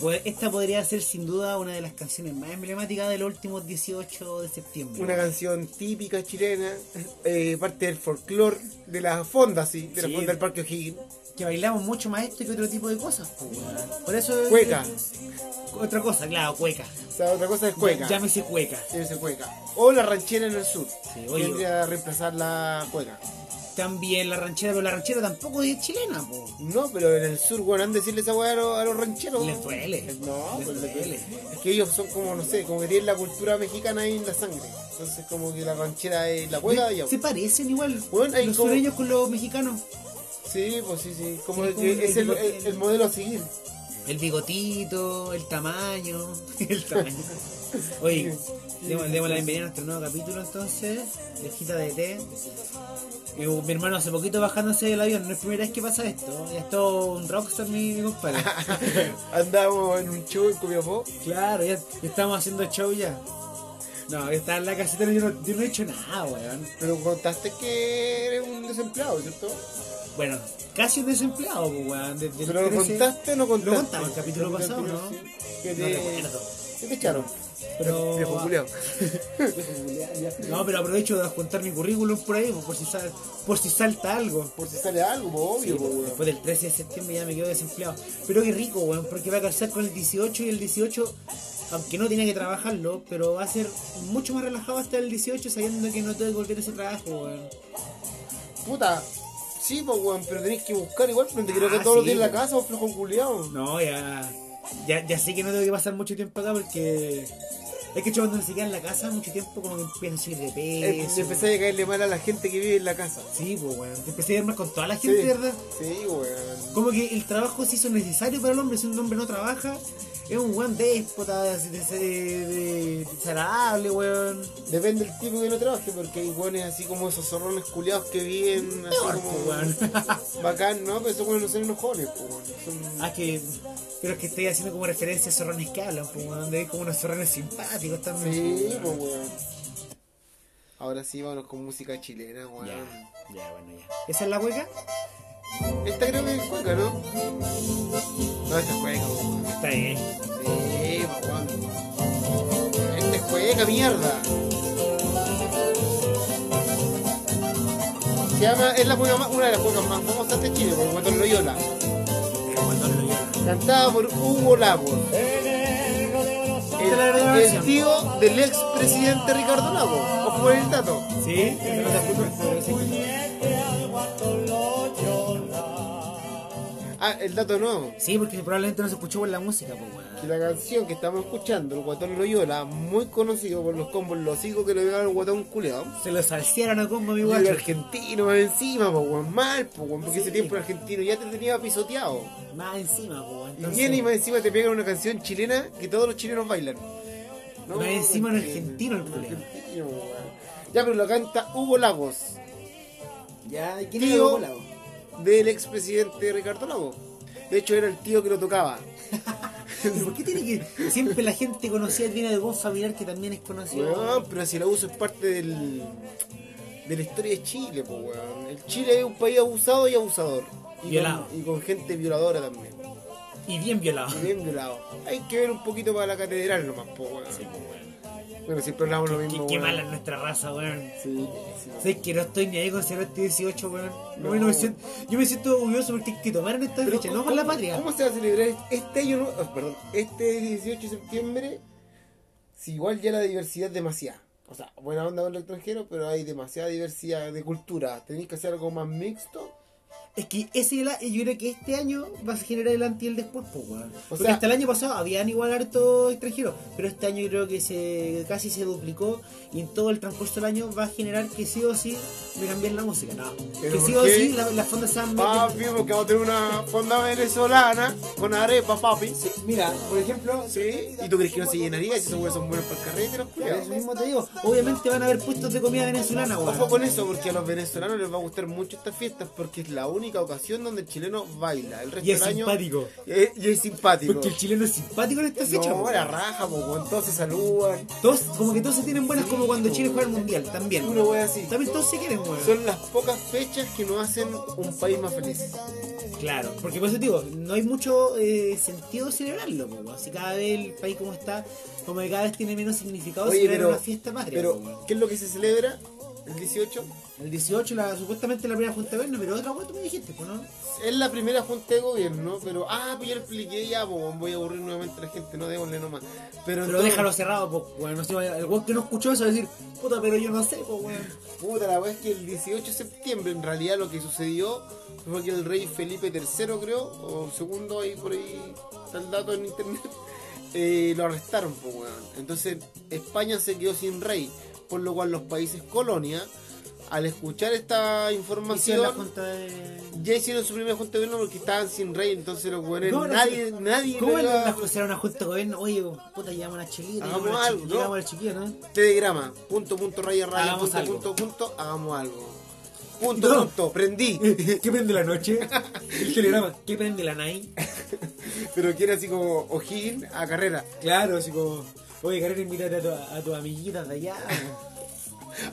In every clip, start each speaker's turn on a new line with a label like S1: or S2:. S1: Pues esta podría ser sin duda una de las canciones más emblemáticas de los últimos 18 de septiembre.
S2: Una canción típica chilena, eh, parte del folclore, de la fonda, sí, de la
S1: Sí.
S2: fonda del Parque O'Higgins.
S1: Que bailamos mucho más esto que otro tipo de cosas. po, weón. Por eso. es-
S2: Cueca,
S1: otra cosa, claro, cueca.
S2: o sea, otra cosa es cueca.
S1: Llámese cueca.
S2: Llámese cueca. O la ranchera en el sur,
S1: Sí,
S2: que
S1: oye.
S2: vendría a reemplazar la cueca.
S1: También la ranchera, pero la ranchera tampoco es chilena, po.
S2: No, pero en el sur, bueno, han de decirle esa weá a, los- a los rancheros.
S1: Les duele.
S2: No,
S1: Les
S2: pues les
S1: duele.
S2: duele. Es que ellos son como, no sé, como que tienen la cultura mexicana ahí en la sangre. Entonces, como que la ranchera es la cueca y
S1: Se parecen igual
S2: Weón, hay
S1: los
S2: como-
S1: sureños con los mexicanos.
S2: Sí, pues sí, sí. Como
S1: Sí,
S2: que
S1: como
S2: es
S1: el-
S2: el, el- el modelo a seguir.
S1: El bigotito, el tamaño, el tamaño. Oye, demos, demos la bienvenida a nuestro nuevo capítulo entonces, de hojita de té. Y, uh, mi hermano hace poquito bajándose del avión, no es primera vez que pasa esto, ya es todo un rockstar mi mi compadre.
S2: Andamos en un show en Copiapó.
S1: claro, ya, ya estamos haciendo show ya. No, está en la casita, yo no, yo no he hecho nada, weón.
S2: Pero contaste que eres un desempleado, ¿cierto?
S1: Bueno, casi desempleado, pues, weón. Desde el
S2: Pero lo
S1: 13.
S2: contaste o no contaste.
S1: Lo contaba el capítulo
S2: Lo
S1: pasado, ¿no?
S2: contaste, sí. Que
S1: No
S2: te,
S1: recuerdo.
S2: que te echaron.
S1: Pero- eh,
S2: Viejo culiao.
S1: No, pero aprovecho de juntar mi currículum por ahí, pues, por si, sal- por si salta algo.
S2: Por si sale algo, pues, obvio, pues, weón.
S1: Después del 13 de septiembre ya me quedo desempleado. Pero qué rico, weón, porque va a calzar con el 18 y el 18, aunque no tenía que trabajarlo, pero va a ser mucho más relajado hasta el 18 sabiendo que no tengo que volver a ese trabajo, weón.
S2: Puta. Sí, pues, weón, pero tenés que buscar igual. No te creo que
S1: Ah,
S2: todos los
S1: sí,
S2: días en la
S1: pues.
S2: casa, vos flojo culiao.
S1: No, ya, ya, ya sé que no tengo que pasar mucho tiempo acá porque... Es que yo cuando se queda en la casa mucho tiempo como que empiezan a subir de
S2: Eh,
S1: peso.
S2: Empecé a caerle mal a la gente que vive en la casa.
S1: Sí, pues, weón. Te empecé a ir más con toda la gente,
S2: sí,
S1: ¿verdad?
S2: Sí, weón.
S1: Como que el trabajo se hizo necesario para el hombre. Si un hombre no trabaja, es un weón déspota, des- des- de- desagradable, weón.
S2: Depende del tipo que no trabaje, porque hay weones así como esos zorrones culiados que viven así
S1: Peor,
S2: como.
S1: pues, weón.
S2: Bacán, ¿no? Pero esos weones no son enojones, pues, weón. Son-
S1: ah, que. Pero es que estoy haciendo como referencia a zorrones que hablan, pues, weón. Donde hay como unos zorrones simpáticos también.
S2: Sí,
S1: pues,
S2: pues,
S1: weón.
S2: weón. Ahora sí, vámonos con música chilena, weón.
S1: Ya, ya, bueno, ya. ¿Esa es la hueca?
S2: Esta creo que es cueca, ¿no? No, esta es cueca, weón.
S1: Está bien.
S2: Sí, pues, weón. Esta es cueca, mierda. Se llama, es la cueca más, una de las cuecas más famosas de Chile, por cuando lo viola. Cantada por Hugo Lagos. El, el tío del expresidente Ricardo Lagos. Ojo por el dato.
S1: ¿Sí?
S2: Ah, el dato nuevo.
S1: Sí, porque probablemente no se escuchó por la música, pues, weón.
S2: Que la canción que estamos escuchando, el guatón Loyola, muy conocido por los combos los hijos que le pegaron al guatón culeado.
S1: Se lo salsearon a combo, mi
S2: Y el
S1: guacho.
S2: argentino más encima, po, weón, mal, po, weón, porque ese tiempo el argentino ya te tenía pisoteado.
S1: Más encima, pues, weón.
S2: Y
S1: Entonces-
S2: viene y más encima te pegan una canción chilena que todos los chilenos bailan.
S1: Más encima un
S2: que-
S1: argentino el
S2: este, un
S1: culiao.
S2: argentino, weón. Ya, pero lo canta Hugo Lagos,
S1: Ya, ¿quién
S2: Tío.
S1: era Hugo Lago?
S2: del expresidente Ricardo Lagos. De hecho, era el tío que lo tocaba.
S1: ¿Pero ¿Por qué tiene que.? Siempre la gente conocida viene de algún familiar que también es conocido.
S2: Weón, pero si el abuso es parte del, de la historia de Chile, po, weón. El Chile es un país abusado y abusador. Y,
S1: Violado.
S2: Con, y con gente violadora también.
S1: Y bien violado.
S2: Y bien violado. Hay que ver un poquito para la catedral nomás, po, weón. Bueno, siempre hablamos lo
S1: Qué,
S2: mismo,
S1: qué
S2: weón.
S1: mala es nuestra raza, weón.
S2: Sí, sí.
S1: Sé que no estoy ni ahí con ser este 18, weón. No,
S2: No.
S1: no me siento- yo me siento orgulloso porque hay que tomar en esta
S2: Pero
S1: fecha,
S2: ¿cómo-
S1: no por la
S2: cómo-
S1: patria.
S2: ¿Cómo se va a celebrar este- este año? no- oh, perdón, este 18 de septiembre. Si igual ya la diversidad es demasiada. O sea, buena onda con los extranjeros, pero hay demasiada diversidad de cultura. Tenéis que hacer algo más mixto.
S1: Es que ese era- yo creo que este año va a generar el anti y el después, pues, weón. Porque
S2: sea-
S1: hasta el año pasado habían igual harto extranjeros, pero este año yo creo que se casi se duplicó y en todo el transcurso del año va a generar que sí o sí me cambien la música. No,
S2: ¿Pero
S1: que sí
S2: por
S1: o
S2: qué?
S1: sí la- las fondas sean más.
S2: Papi, porque vamos a tener una fonda venezolana con arepa, papi.
S1: Mira, por ejemplo,
S2: Sí. ¿Y tú crees que no se llenaría si esos huevos son buenos para el carrete, los
S1: Por
S2: culiados?
S1: eso mismo te digo, obviamente van a haber puestos de comida venezolana,
S2: Ojo
S1: weón.
S2: con eso, porque a los venezolanos les va a gustar mucho estas fiestas, porque es la única única ocasión donde el chileno baila. El resto
S1: Y es
S2: del este año-
S1: simpático.
S2: Eh, y es simpático.
S1: Porque el chileno es simpático en esta fecha.
S2: no,
S1: po.
S2: la raja, po, weón, todos se saludan.
S1: Todos, como que todos se tienen buenas
S2: Sí,
S1: como cuando
S2: po.
S1: Chile juega el mundial, también.
S2: Una wea así.
S1: También todos se quieren, weón.
S2: Son las pocas fechas que nos hacen un país más feliz.
S1: Claro, porque por eso te digo, no hay mucho eh, sentido celebrarlo, po, weón. Si cada vez el país como está, como que cada vez tiene menos significado
S2: Oye,
S1: celebrar
S2: pero,
S1: una fiesta patria. po, weón.
S2: pero ¿qué es lo que se celebra? El 18
S1: El 18, la, supuestamente la primera junta de gobierno, pero otra weón tú me dijiste, pues no.
S2: es la primera junta de gobierno, pero ah, pues ya lo expliqué ya, po, weón, voy a aburrir nuevamente a la gente, no démosle nomás. Pero,
S1: Pero déjalo cerrado, pues, weón. No sé, el weón que no escuchó eso va a decir, puta, pero yo no sé, pues, weón.
S2: Puta, la weá es que el 18 de septiembre en realidad lo que sucedió fue que el rey Felipe III, creo, o segundo, ahí por ahí está el dato en internet, eh, lo arrestaron, po, weón. Entonces España se quedó sin rey, por lo cual los países colonia, al escuchar esta
S1: Hicieron la
S2: información,
S1: junta de.
S2: ya hicieron su primera junta de gobierno porque estaban sin rey, entonces los weones,
S1: No, no,
S2: nadie, nadie,
S1: ¿Cómo
S2: le
S1: es
S2: iba-
S1: la hacer una junta de gobierno? Oye, puta, llevamos la chiquita,
S2: Hagamos
S1: llevamos la
S2: algo,
S1: chiquita,
S2: ¿no?
S1: llevamos la chiquita, ¿no?
S2: telegrama, punto, punto, raya, raya,
S1: Hagamos
S2: punto,
S1: algo.
S2: punto, punto, hagamos algo. Punto,
S1: No.
S2: punto, prendí.
S1: ¿Qué prende la noche? El telegrama. ¿Qué prende la NAI?
S2: Pero que era así como O'Higgins a carrera.
S1: Claro, así como, oye, Karen, invítate a, tu, a tus amiguitas de allá. po.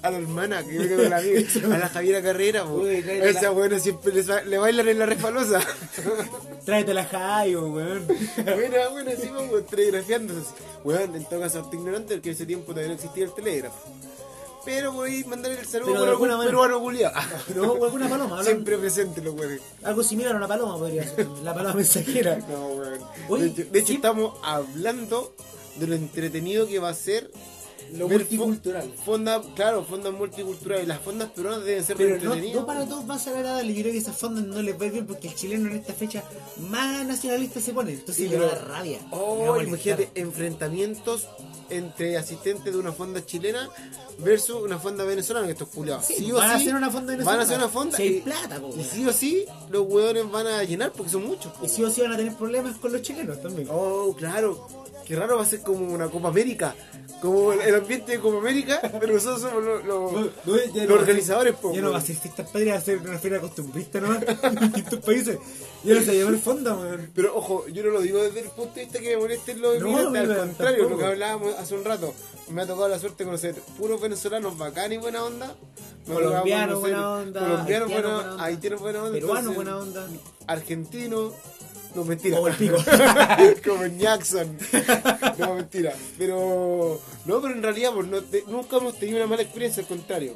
S2: A la hermana, que yo creo que la amiga. A la Javiera Carrera, po.
S1: Uy, claro,
S2: Esa
S1: la-
S2: bueno siempre les ba- le bailan en la refalosa.
S1: Tráete la Jaibo, weón.
S2: buena, buena, sí, vamos, telegrafiándose. Bueno, en todo caso, hasta ignorante, porque en ese tiempo todavía no existía el telégrafo. Pero voy a mandar el saludo
S1: Pero de
S2: por algún
S1: alguna manera.
S2: peruano culiado.
S1: No, o alguna paloma, hablan-
S2: Siempre presente los güeyes.
S1: algo similar a una paloma podría ser, la paloma mensajera.
S2: No, weón.
S1: Oye,
S2: de hecho, de hecho
S1: sí.
S2: estamos hablando de lo entretenido que va a ser
S1: Lo
S2: ver
S1: multicultural.
S2: fo- Fonda, claro, fondas multiculturales. Las fondas peruanas deben ser
S1: Pero no,
S2: entretenidas.
S1: no para todos va a ser agradable, yo creo que esas fondas no les va a ir bien porque el chileno en esta fecha más nacionalista se pone, entonces le va a dar rabia. le va
S2: Oh,
S1: a molestar.
S2: imagínate, enfrentamientos entre asistentes de una fonda chilena versus una fonda venezolana, que estos culiados.
S1: Sí,
S2: Sí o
S1: van a
S2: sí,
S1: hacer una fonda
S2: Van
S1: venezolana.
S2: a hacer una fonda.
S1: Si hay
S2: y-
S1: plata, po,
S2: Y
S1: weón.
S2: sí o sí, los hueones van a llenar porque son muchos. po,
S1: Y sí o sí van a tener problemas con los chilenos también.
S2: Oh, claro. Qué raro va a ser como una Copa América. Como el- el ambiente de Copa América, pero nosotros somos los, los- los organizadores. po,
S1: Ya no
S2: weón.
S1: va a ser fiestas patrias, va a ser una feria costumbrista nomás en distintos países. Ya no se llevó el fondo, weón.
S2: Pero ojo, yo no lo digo desde el punto de vista que me molesten los
S1: No,
S2: inmigrantes, al
S1: mira,
S2: contrario,
S1: tampoco.
S2: lo que hablábamos hace un rato. Me ha tocado la suerte de conocer puros venezolanos bacán y buena onda. Me ha tocado
S1: Colombiano,
S2: conocer
S1: buena onda.
S2: Colombianos
S1: haitiano,
S2: buena onda. Haitianos buena onda.
S1: Peruano,
S2: entonces,
S1: buena onda.
S2: Argentino. No, mentira.
S1: Como el pico.
S2: Como el Jackson. No, mentira. Pero. No, pero en realidad, pues, no te- nunca hemos tenido una mala experiencia, al contrario.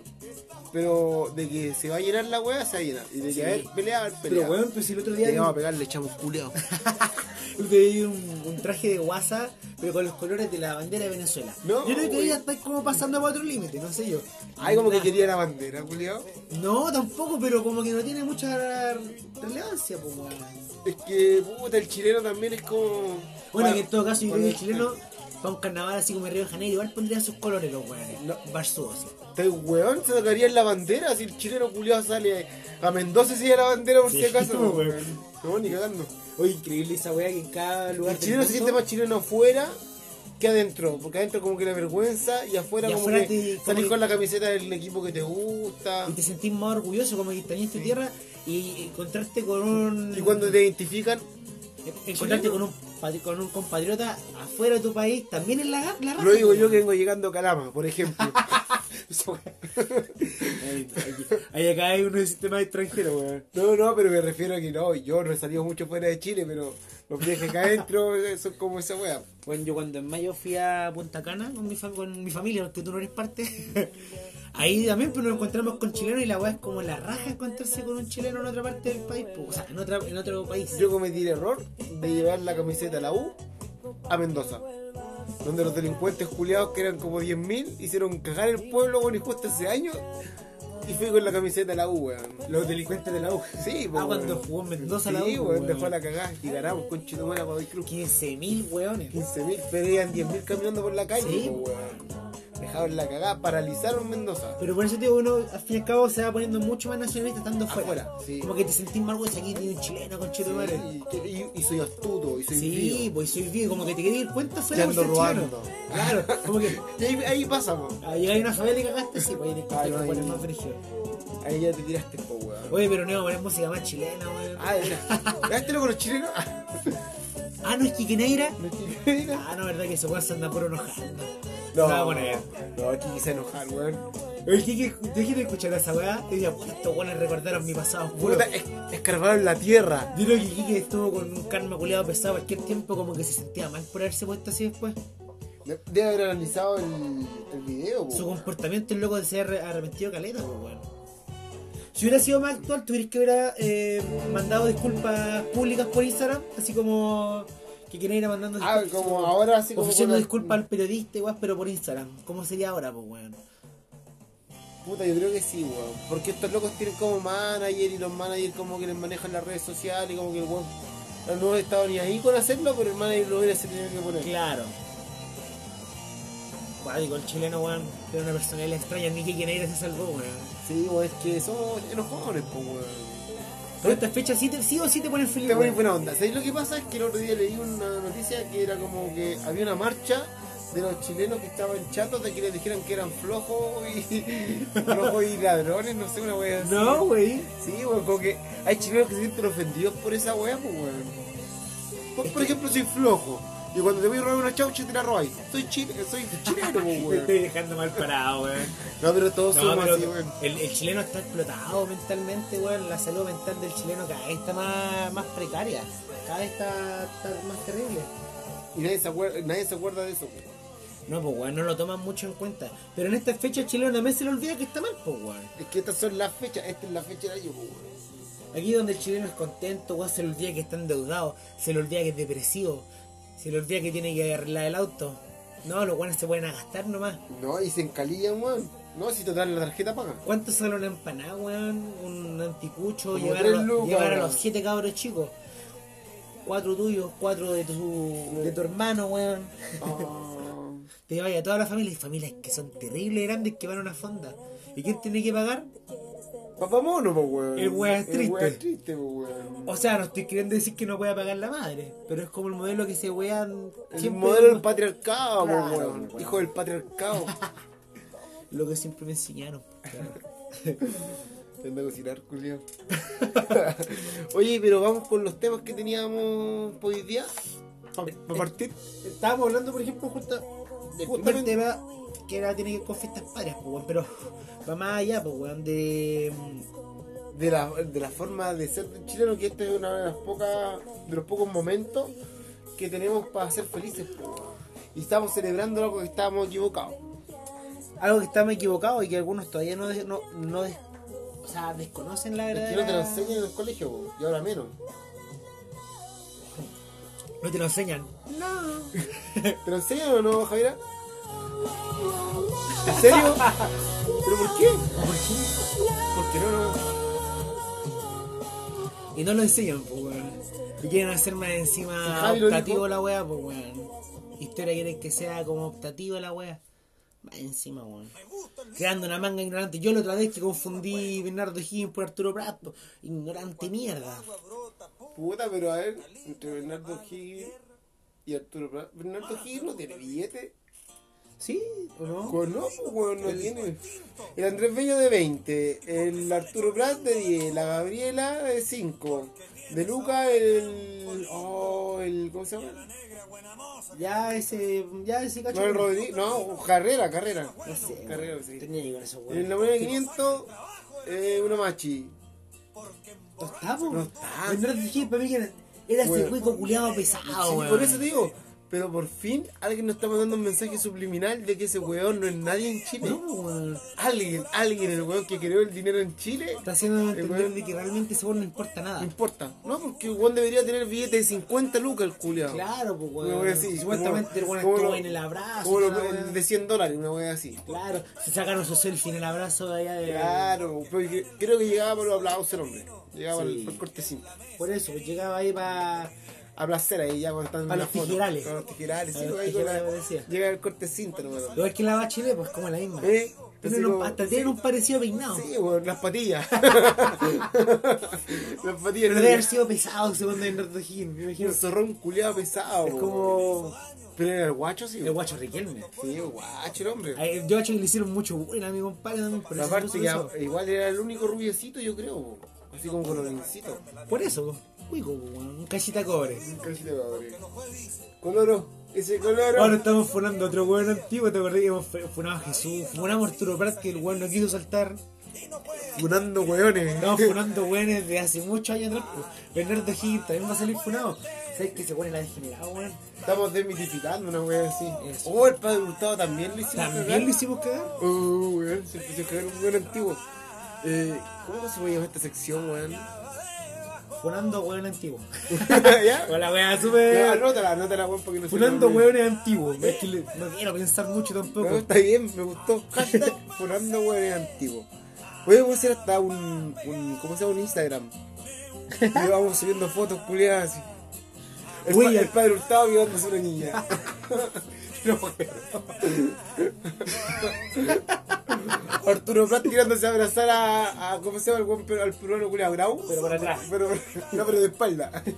S2: Pero de que se va a llenar la wea, se va a llenar. Y de que
S1: Sí.
S2: haber peleado, haber
S1: Pero,
S2: peleado.
S1: weón, pues si el otro día.
S2: Le
S1: vi
S2: vamos a
S1: un-
S2: pegar, le echamos culeado.
S1: el otro día vi un, un traje de guasa, pero con los colores de la bandera de Venezuela.
S2: No,
S1: yo creo que
S2: weón.
S1: ahí ya estáis como pasando para otro límite, no sé yo.
S2: Ay, como que
S1: Nah.
S2: quería la bandera, culiao.
S1: No, tampoco, pero como que no tiene mucha relevancia, pues, weón.
S2: Es que, puta, el chileno también es como.
S1: Bueno, que en todo caso, yo creo que el
S2: Bueno,
S1: chileno, para un carnaval así como en Río de Janeiro, igual pondría sus colores los weones, los barzudos.
S2: Este weón se sacaría en la bandera si el chileno culiao sale a Mendoza y sigue la bandera por
S1: Sí,
S2: si acaso.
S1: weón.
S2: weón. No, ni cagando.
S1: Oye, increíble esa wea que en cada lugar.
S2: El chileno se siente más chileno afuera que adentro, porque adentro como que la vergüenza y afuera
S1: Y
S2: como
S1: afuera
S2: que
S1: te- como
S2: salir
S1: que-
S2: con la camiseta del equipo que te gusta.
S1: Y te sentís más orgulloso como que extrañaste tierra y encontrarte con un.
S2: Y cuando te identifican,
S1: Encontrarte con un, patri- con un compatriota afuera de tu país, también es la, la raza.
S2: lo digo yo que vengo llegando a Calama, por ejemplo.
S1: Ahí, ahí- ahí acá hay uno de sistema extranjero, weón.
S2: No, no, pero me refiero a que no, yo no he salido mucho fuera de Chile, pero los viajes acá adentro son como esa wea.
S1: Bueno, yo cuando en mayo fui a Punta Cana con mi, fam- con mi familia, porque tú no eres parte, ahí también pues, nos encontramos con chilenos y la weá es como la raja encontrarse con un chileno en otra parte del país, pues, o sea, en, otra, en otro país.
S2: Yo cometí el error de llevar la camiseta a la U a Mendoza, donde los delincuentes juliados, que eran como 10.000, hicieron cagar el pueblo, bueno, y justo hace años, y fui con la camiseta a la U, weón.
S1: Los delincuentes de la U.
S2: Sí, pues,
S1: Ah, cuando
S2: weón.
S1: jugó en Mendoza
S2: sí,
S1: la U.
S2: weón,
S1: weón.
S2: dejó la cagada y ganamos con Chitumara Godoy Cruz.
S1: 15.000 weones.
S2: 15.000, pero eran 10.000 caminando por la calle,
S1: Sí.
S2: pues, weón. Dejaron la cagada, paralizaron Mendoza.
S1: Pero por eso, tío, uno al fin y al cabo se va poniendo mucho más nacionalista estando fuera.
S2: Afuera, sí.
S1: Como que te sentís mal, weón, si aquí tiene un chileno con chile madre.
S2: Sí, y, y- y soy astuto, y soy
S1: Sí,
S2: vivo.
S1: pues soy vivo, como que te querés ir cuenta
S2: Te
S1: fuera por
S2: ando
S1: ser chileno.
S2: robando.
S1: Claro, como que
S2: Y ahí, ahí pasamos.
S1: Ah, llegáis a una favela y cagaste, sí, pues ahí tenés que
S2: Ah,
S1: estar
S2: no,
S1: con
S2: ahí-
S1: más brígido.
S2: Ahí Ahí ya te tiraste, po, weón.
S1: Oye, pero no, vamos a poner música más chilena, weón.
S2: Ah, ya. ¿Gaste con los chilenos? Ah,
S1: Ah, no es Quiqueneira.
S2: ¿Los chilenos?
S1: Ah, no, verdad que eso weón se anda por enojando.
S2: No,
S1: Se va a poner.
S2: no, aquí quise enojar, weón.
S1: Oye, Quique, dejé de escuchar a esa weá. Y decía, puta, estos weones recordaron mi pasado oscuro.
S2: Puta, es- escarbaron la tierra.
S1: Yo creo que Quique estuvo con un karma culeado pesado cualquier tiempo, como que se sentía mal por haberse puesto así después.
S2: De- Debe haber analizado el, el video, po,
S1: Su
S2: weón.
S1: comportamiento el loco se ha arre- arrepentido caleta, pues bueno. Si hubiera sido más actual, tuvieras que haber eh, mandado disculpas públicas por Instagram, así como que quieren ir mandando
S2: Ah,
S1: disculpas.
S2: como ahora así como.
S1: ofreciendo
S2: con la-
S1: disculpas al periodista, igual, pero por Instagram. ¿Cómo sería ahora, pues bueno?
S2: Puta, yo creo que sí, weón. Porque estos locos tienen como manager y los managers como que les manejan las redes sociales y como que el weón no ha estado ni ahí con hacerlo, pero el manager lo hubiera tenido que poner.
S1: Claro. Guau, digo, el chileno, weón, tiene una personalidad extraña, ni que Quineira se salvó, weón.
S2: Sí, weón, es que somos enojones, pues, weón.
S1: Pero esta fecha sí, te- sí o sí te ponen feliz.
S2: Te ponen
S1: weón.
S2: buena onda. ¿Sabéis lo que pasa? Es que el otro día leí una noticia que era como que había una marcha de los chilenos que estaban chatos de que les dijeran que eran flojos y flojos y ladrones, no sé, una wea así.
S1: No, wey.
S2: Sí, weón, como que hay chilenos que se sienten ofendidos por esa wea, pues weón. Por, por ejemplo, soy flojo. Y cuando te voy a robar una chaucha te la robáis. Soy chile, soy chileno, pues
S1: Te estoy
S2: weón.
S1: dejando mal parado, weón.
S2: No, pero todos
S1: No,
S2: somos
S1: pero
S2: así, weón.
S1: el, el chileno está explotado mentalmente, weón. La salud mental del chileno cada vez está más, más precaria. Cada vez está, está más terrible.
S2: Y nadie se acuerda, nadie se acuerda de eso, weón.
S1: No, pues weón, no lo toman mucho en cuenta. Pero en esta fecha el chileno también se le olvida que está mal, pues weón.
S2: Es que estas son las fechas, esta es la fecha del año, pues weón.
S1: Aquí donde el chileno es contento, weón, se le olvida que está endeudado, se le olvida que es depresivo, se le olvida que tiene que arreglar el auto. No, los weones se pueden a gastar nomás.
S2: No, y se encalillan, weón. No, si te dan la tarjeta paga.
S1: ¿Cuánto sale una empanada, weón? Un anticucho,
S2: Como
S1: llevar, a,
S2: tres
S1: los-
S2: lucas,
S1: llevar a
S2: weón.
S1: los siete cabros chicos. Cuatro tuyos, cuatro de tu, de tu hermano, weón. Te vaya a toda la familia. Hay familias que son terribles grandes que van a una fonda. ¿Y quién tiene que pagar?
S2: Papá mono, po, weón.
S1: El weón es
S2: El weón
S1: triste.
S2: es triste, po, weón.
S1: O sea, no estoy queriendo decir que no pueda pagar la madre, pero es como el modelo que se wean
S2: El
S1: siempre-
S2: modelo del patriarcado, po,
S1: Claro,
S2: weón.
S1: weón.
S2: Hijo del patriarcado.
S1: Lo que siempre me enseñaron.
S2: Te anda a cocinar, Julio. Oye, pero vamos con los temas que teníamos por hoy día. Eh, Para partir.
S1: Estábamos hablando, por ejemplo, justo del primer
S2: Justamente-
S1: tema que era tiene que ver con fiestas pares, pues, weón, pero va más allá, pues, weón, de...
S2: de la, de la forma de ser del chileno, que este es una de las pocas, de los pocos momentos que tenemos para ser felices. po. Y estamos celebrando algo que estábamos equivocados.
S1: Algo que estamos equivocados y que algunos todavía no, des- no, no des- o sea, desconocen la
S2: Es
S1: verdad.
S2: que no te lo enseñan en el colegio, po, y ahora menos.
S1: No te lo enseñan.
S2: ¿Te lo enseñan o no, Javiera? ¿En serio? ¿Pero por qué? ¿Por qué? Porque no, no.
S1: Y no lo enseñan, pues, weón. Y quieren hacer más encima
S2: Javi lo
S1: optativo
S2: dijo.
S1: la wea, pues, weón. Historia quieren que sea como optativa la wea. Más encima, weón. Creando una manga ignorante. Yo la otra vez que confundí Bernardo Higgins por Arturo Prat, po. ignorante mierda.
S2: Puta, pero a ver, entre Bernardo Higgins y Arturo Prat. Bernardo Higgins no tiene billete.
S1: ¿Sí? ¿O no?
S2: Pues no, pues, weón, no tiene. El Andrés Bello de 20, el Arturo Prat de 10, la Gabriela de 5, de Luca el. Oh, el. ¿Cómo se llama?
S1: Ya ese, ya ese cacho.
S2: No, el Rodríguez. No, Carrera, Carrera.
S1: No sé, weón.
S2: Carrera, sí.
S1: Tenía que llegar a esos
S2: En
S1: weón.
S2: la moneda de 500, eh, uno machi.
S1: No está, po.
S2: No está.
S1: Bernardo Higgins para mí que era- era ese
S2: Weón.
S1: cuico culiado pesado,
S2: Sí,
S1: Ah, weón.
S2: por eso te digo. Pero por fin alguien nos está mandando un mensaje subliminal de que ese weón no es nadie en Chile.
S1: No, weón.
S2: Alguien, alguien, el weón que creó el dinero en Chile.
S1: Está haciendo
S2: El
S1: entender
S2: weón-
S1: de que realmente ese weón no importa
S2: No
S1: nada.
S2: importa. No, porque el weón debería tener billete de 50 lucas, el culiao.
S1: Claro, pues, weón.
S2: Una wea así,
S1: Supuestamente
S2: como-
S1: el weón
S2: como
S1: estuvo
S2: lo-
S1: en el abrazo.
S2: como lo-
S1: toda la wea.
S2: de 100 dólares, una wea así.
S1: Claro, se sacaron su selfie en el abrazo de allá de.
S2: Claro, porque creo que llegaba por los aplausos el hombre. Llegaba
S1: Sí.
S2: al- por cortesín.
S1: Por eso, pues, llegaba ahí para.
S2: A placer ahí ya cuando están en
S1: A
S2: la
S1: los
S2: foto.
S1: tijerales.
S2: A los tijerales,
S1: A
S2: sí,
S1: los
S2: ahí con la-
S1: tijerales, decía.
S2: Llega el cortecín, hermano.
S1: Lo es que la bachelet, pues como la misma.
S2: ¿Eh?
S1: Tienen
S2: Así
S1: un-
S2: como-
S1: hasta tienen un parecido peinado.
S2: Sí, weón, las patillas. las patillas.
S1: Pero debe haber sido pesado según Bernardo Higgins, me imagino.
S2: un zorrón culiado pesado.
S1: Es
S2: weón.
S1: como
S2: Pero era el guacho, sí.
S1: el
S2: weón.
S1: guacho Riquelme.
S2: Sí, el guacho, el hombre.
S1: Ay, Yo acho que le hicieron mucho bullying a mi compadre también, por
S2: Pero
S1: eso
S2: aparte,
S1: incluso
S2: que
S1: eso.
S2: a- igual era el único rubiecito, yo creo. weón. Así como colorencito.
S1: Por eso, cuico, weón, un cachita cobre.
S2: Coloro, ese coloro.
S1: Ahora estamos funando a otro weón antiguo, te acordás que hemos fu- funado a Jesús, funamos a Arturo Prat que el weón no quiso saltar.
S2: Funando weones.
S1: Estamos funando weones de hace muchos años atrás. pues. Bernardo Higgins también va a salir funado. ¿Sabes que ese weón era degenerado, weón?
S2: Estamos desmitificando una wea así.
S1: Eso.
S2: Oh, el padre Gustavo también lo hicimos. cagar.
S1: También lo hicimos cagar.
S2: Oh, weón, se empezó a cagar un weón antiguo. Eh, ¿Cómo se puede llamar esta sección, weón?
S1: Funando a weón antiguo.
S2: ¿Ya?
S1: Con la weá
S2: No,
S1: súper.
S2: anótala, anótala, weón, porque no se
S1: Funando
S2: me olvide.
S1: weones antiguos. Es que le- no quiero pensar mucho
S2: No,
S1: tampoco.
S2: está bien, me gustó. Hashtag funando weones antiguos. Podemos hacer hasta un, un. ¿Cómo se llama? Un Instagram. Y vamos subiendo fotos culiadas así. El,
S1: Uy, eh. el-
S2: pa- el padre Hurtado violándose a una niña.
S1: No, weón.
S2: Arturo Prat tirándose a abrazar a, a- ¿cómo se llama el buen pero al peruano culiao Grau?
S1: Pero para atrás.
S2: Pero, no, pero de espalda.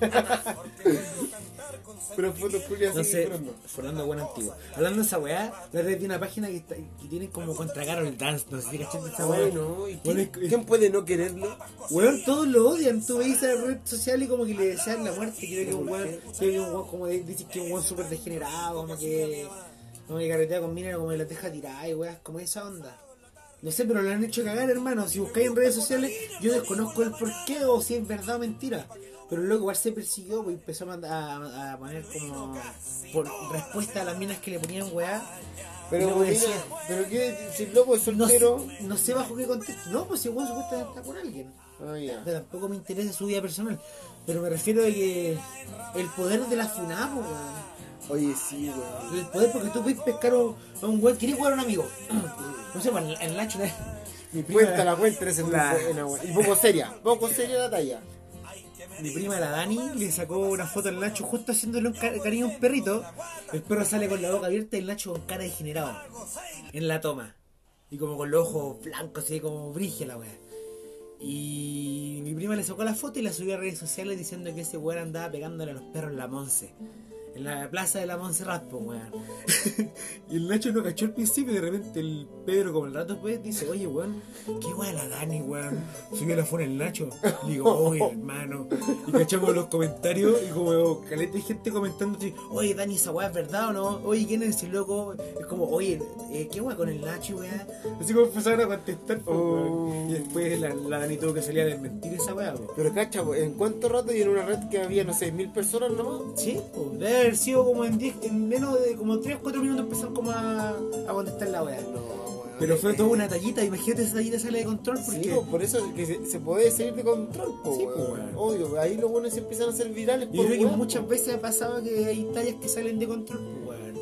S2: pero fotos culiadas
S1: No
S2: así
S1: sé,
S2: llorando.
S1: Fernando Bueno Antiguo. Hablando de esa weá, la otra vez vi una página que, está, que tienen como contra Carol Dance. No sé si cachaste esa weá.
S2: Bueno, ¿y
S1: Bueno,
S2: quién,
S1: es- es-
S2: quién puede no quererlo?
S1: Weón, todos lo odian. Tú veis esa red social y como que le desean la muerte. Creo que un weón, creo que un weón como de- dicen que es un weón súper degenerado, como que. Como que carretea con mina, como que las deja tirar y weas, como esa onda. No sé, pero lo han hecho cagar, hermano. Si buscáis en redes sociales, yo desconozco el porqué o si es verdad o mentira. Pero luego igual se persiguió pues, y empezó a, mandar- a, a poner como por respuesta a las minas que le ponían weá.
S2: Pero,
S1: No,
S2: mira,
S1: decía-
S2: pero qué, si el loco es
S1: No,
S2: soltero.
S1: sé, no sé bajo qué contexto. No, pues si el weón supuestamente está con alguien.
S2: Ah, ya.
S1: Pero tampoco me interesa su vida personal. Pero me refiero a que el poder de la FUNAPO, weón.
S2: Oye, sí, weón.
S1: El poder porque tú puedes pescar a un a un weón. ¿Quieres jugar a un amigo? No sé, pues, el, el Nacho una vez- mi prima,
S2: Cuenta la cuenta, eres en
S1: La-
S2: la... weón. Y poco seria, poco seria la talla.
S1: mi prima la Dani le sacó una foto al Nacho justo haciéndole un ca- cariño a un perrito. El perro sale con la boca abierta y el Nacho con cara degenerado. En la toma. Y como con los ojos blancos, así como brige la weá. Y mi prima le sacó la foto y la subió a redes sociales diciendo que ese weón andaba pegándole a los perros en la Monse. En la plaza de la Monse Raspo, weón. y el Nacho no cachó al principio y de repente el Pedro, como el rato después, dice, oye, weón, qué weón la Dani, weón. Subió la funa el Nacho. Digo, oye, hermano. Y cachamos los comentarios y como caleta de gente comentando, así, oye, Dani, esa weá es verdad o no? Oye, ¿quién es ese loco? Es como, oye, eh, qué weón con el Nacho, weón. Así como empezaron a contestar, pues, weón. Y después la, la Dani tuvo que salir a desmentir esa weá, weón.
S2: Pero cacha, weón, ¿en cuánto rato y en una red que había, no sé, mil personas nomás?
S1: Sí, pues, debe haber sido como en, 10 en menos de como 3 o 4 minutos empezaron como a, a Eh, contestar la weá.
S2: No, weón.
S1: Pero fue toda una tallita, imagínate esa tallita sale de control porque...
S2: Sí, po, por eso es que se, se puede salir de control, po,
S1: Sí, po,
S2: weón.
S1: weón.
S2: Obvio, ahí los buenos se empiezan a hacer virales
S1: yo
S2: por
S1: creo que
S2: weón,
S1: muchas
S2: po.
S1: veces ha pasado que hay tallas que salen de control, pues, weón.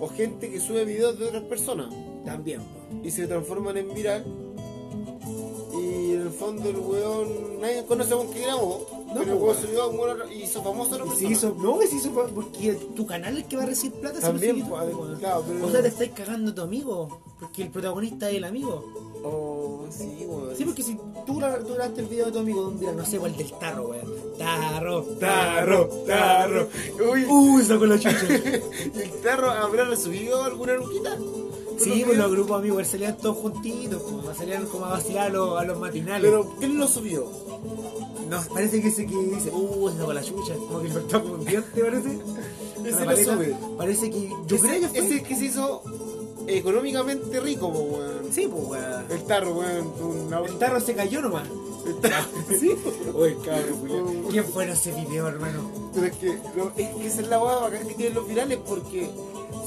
S2: O gente que sube videos de otras personas
S1: También, pues.
S2: y se transforman en viral. Y en el fondo el weón, nadie conoce con qué grabó.
S1: No,
S2: pero el
S1: po,
S2: weón
S1: weón.
S2: subió a un weón y hizo famoso a otra
S1: Y se
S2: persona.
S1: hizo, no, que se hizo pa- porque tu canal es el que va a recibir plata. si lo
S2: También,
S1: sigues tú,
S2: po, a ver,
S1: weón.
S2: claro, pero-
S1: O sea, te estáis cagando a tu amigo, porque el protagonista es el amigo.
S2: Oh, sí, weón.
S1: Sí, porque si tú, gra- tú grabaste el video de tu amigo, mira, no sé cuál del tarro, weón. Tarro, Uh, tarro, tarro.
S2: Uy,
S1: Uy, sacó la chucha.
S2: ¿y el perro habrá recibido alguna luquita?
S1: Sí, pues los grupos amigos salían todos juntitos, como salían como a vacilar a los, a los matinales.
S2: Pero, ¿quién lo subió?
S1: nos parece que ese que dice, uh, se sacó la chucha, como que le faltó como un diente, parece.
S2: Ese
S1: Una
S2: lo
S1: paleta.
S2: sube.
S1: Parece que. Yo
S2: Ese-
S1: creo que fue.
S2: Ese que se hizo económicamente rico, po, weón.
S1: Sí, pues weón.
S2: El tarro, weón. Una...
S1: El tarro se cayó nomás.
S2: El tarro.
S1: Sí. Oye, cabrón,
S2: Julián.
S1: ¿Quién fue en ese video, hermano?
S2: Oh, Pero es que, lo- es que esa es la weá bacán que tienen los virales porque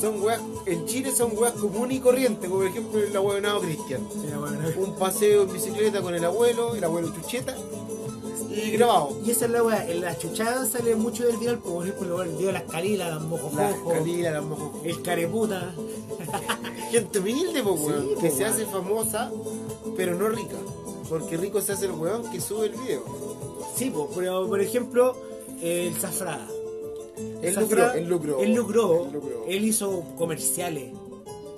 S2: son weas, en Chile son weas común y corriente, como por ejemplo el abuelonado Cristian.
S1: Era bueno.
S2: Un paseo en bicicleta con el abuelo, el abuelo chucheta, y grabado.
S1: Y esa es la weá, en la chuchada sale mucho del viral, por ejemplo, el video de las calilas, las
S2: Las
S1: mojojojo,
S2: calilas, las mojos.
S1: el careputa.
S2: Gente humilde, po, weón,
S1: Sí,
S2: que
S1: po,
S2: se
S1: weón.
S2: hace famosa, pero no rica. Porque rico se hace el weón que sube el video.
S1: Sí, pues, pero por ejemplo, el Zafrada.
S2: Él
S1: Zafra-
S2: lucró, él lucró.
S1: Él lucró.
S2: Él lucró.
S1: Él hizo comerciales.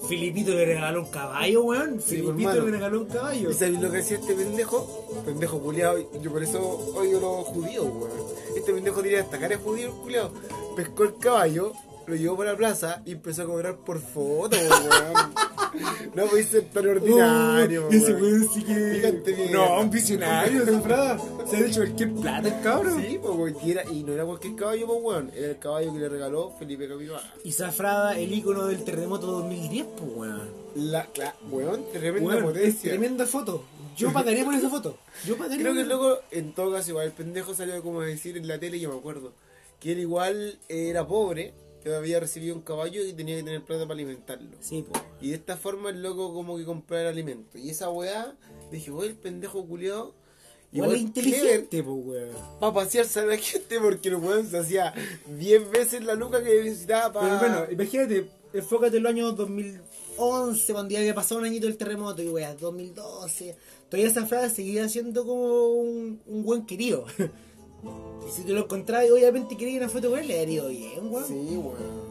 S1: Filipito le regaló un caballo, weón.
S2: Sí,
S1: Filipito
S2: hermano.
S1: le regaló un caballo.
S2: ¿Y sabéis lo que hacía este pendejo? Pendejo culiado. Yo por eso odio a los judíos, weón. Este pendejo diría hasta cara de judío, culiado. Pescó el caballo, lo llevó para la plaza y empezó a cobrar por foto, weón. no podéis ser tan ordinario,
S1: Uh, ese
S2: weón.
S1: weón sí
S2: Fíjate
S1: que.
S2: bien.
S1: No, un visionario, esa frase. Se ha hecho cualquier plata, el cabrón.
S2: Sí, pues, weón, y, era- y no era cualquier caballo, pues, weón. Era el caballo que le regaló Felipe Camiroaga.
S1: Y Zafrada, el ícono del terremoto 2010, pues, weón.
S2: La, la, weón, tremenda
S1: Weón,
S2: potencia.
S1: Tremenda foto. Yo pagaría por esa foto. Yo pagaría
S2: Creo que el
S1: por-
S2: loco, en todo caso, igual el pendejo salió como a decir en la tele, yo me acuerdo, que él igual era pobre, que había recibido un caballo y tenía que tener plata para alimentarlo.
S1: Sí, pues.
S2: Y de esta forma el loco como que compraba el alimento. Y esa weá, dije, wey, el pendejo culiado.
S1: Igual es inteligente, pues, weón.
S2: Para pasearse a la gente porque el weón se hacía 10 veces la luca que necesitaba
S1: Pero
S2: para...
S1: hermano, imagínate, enfócate en los años 2011, cuando ya había pasado un añito del terremoto, y weas, 2012. Todavía esa frase seguía siendo como un, un buen querido. y si te lo encontrás y obviamente querías una foto con él, le daría bien, weón.
S2: Sí, weón.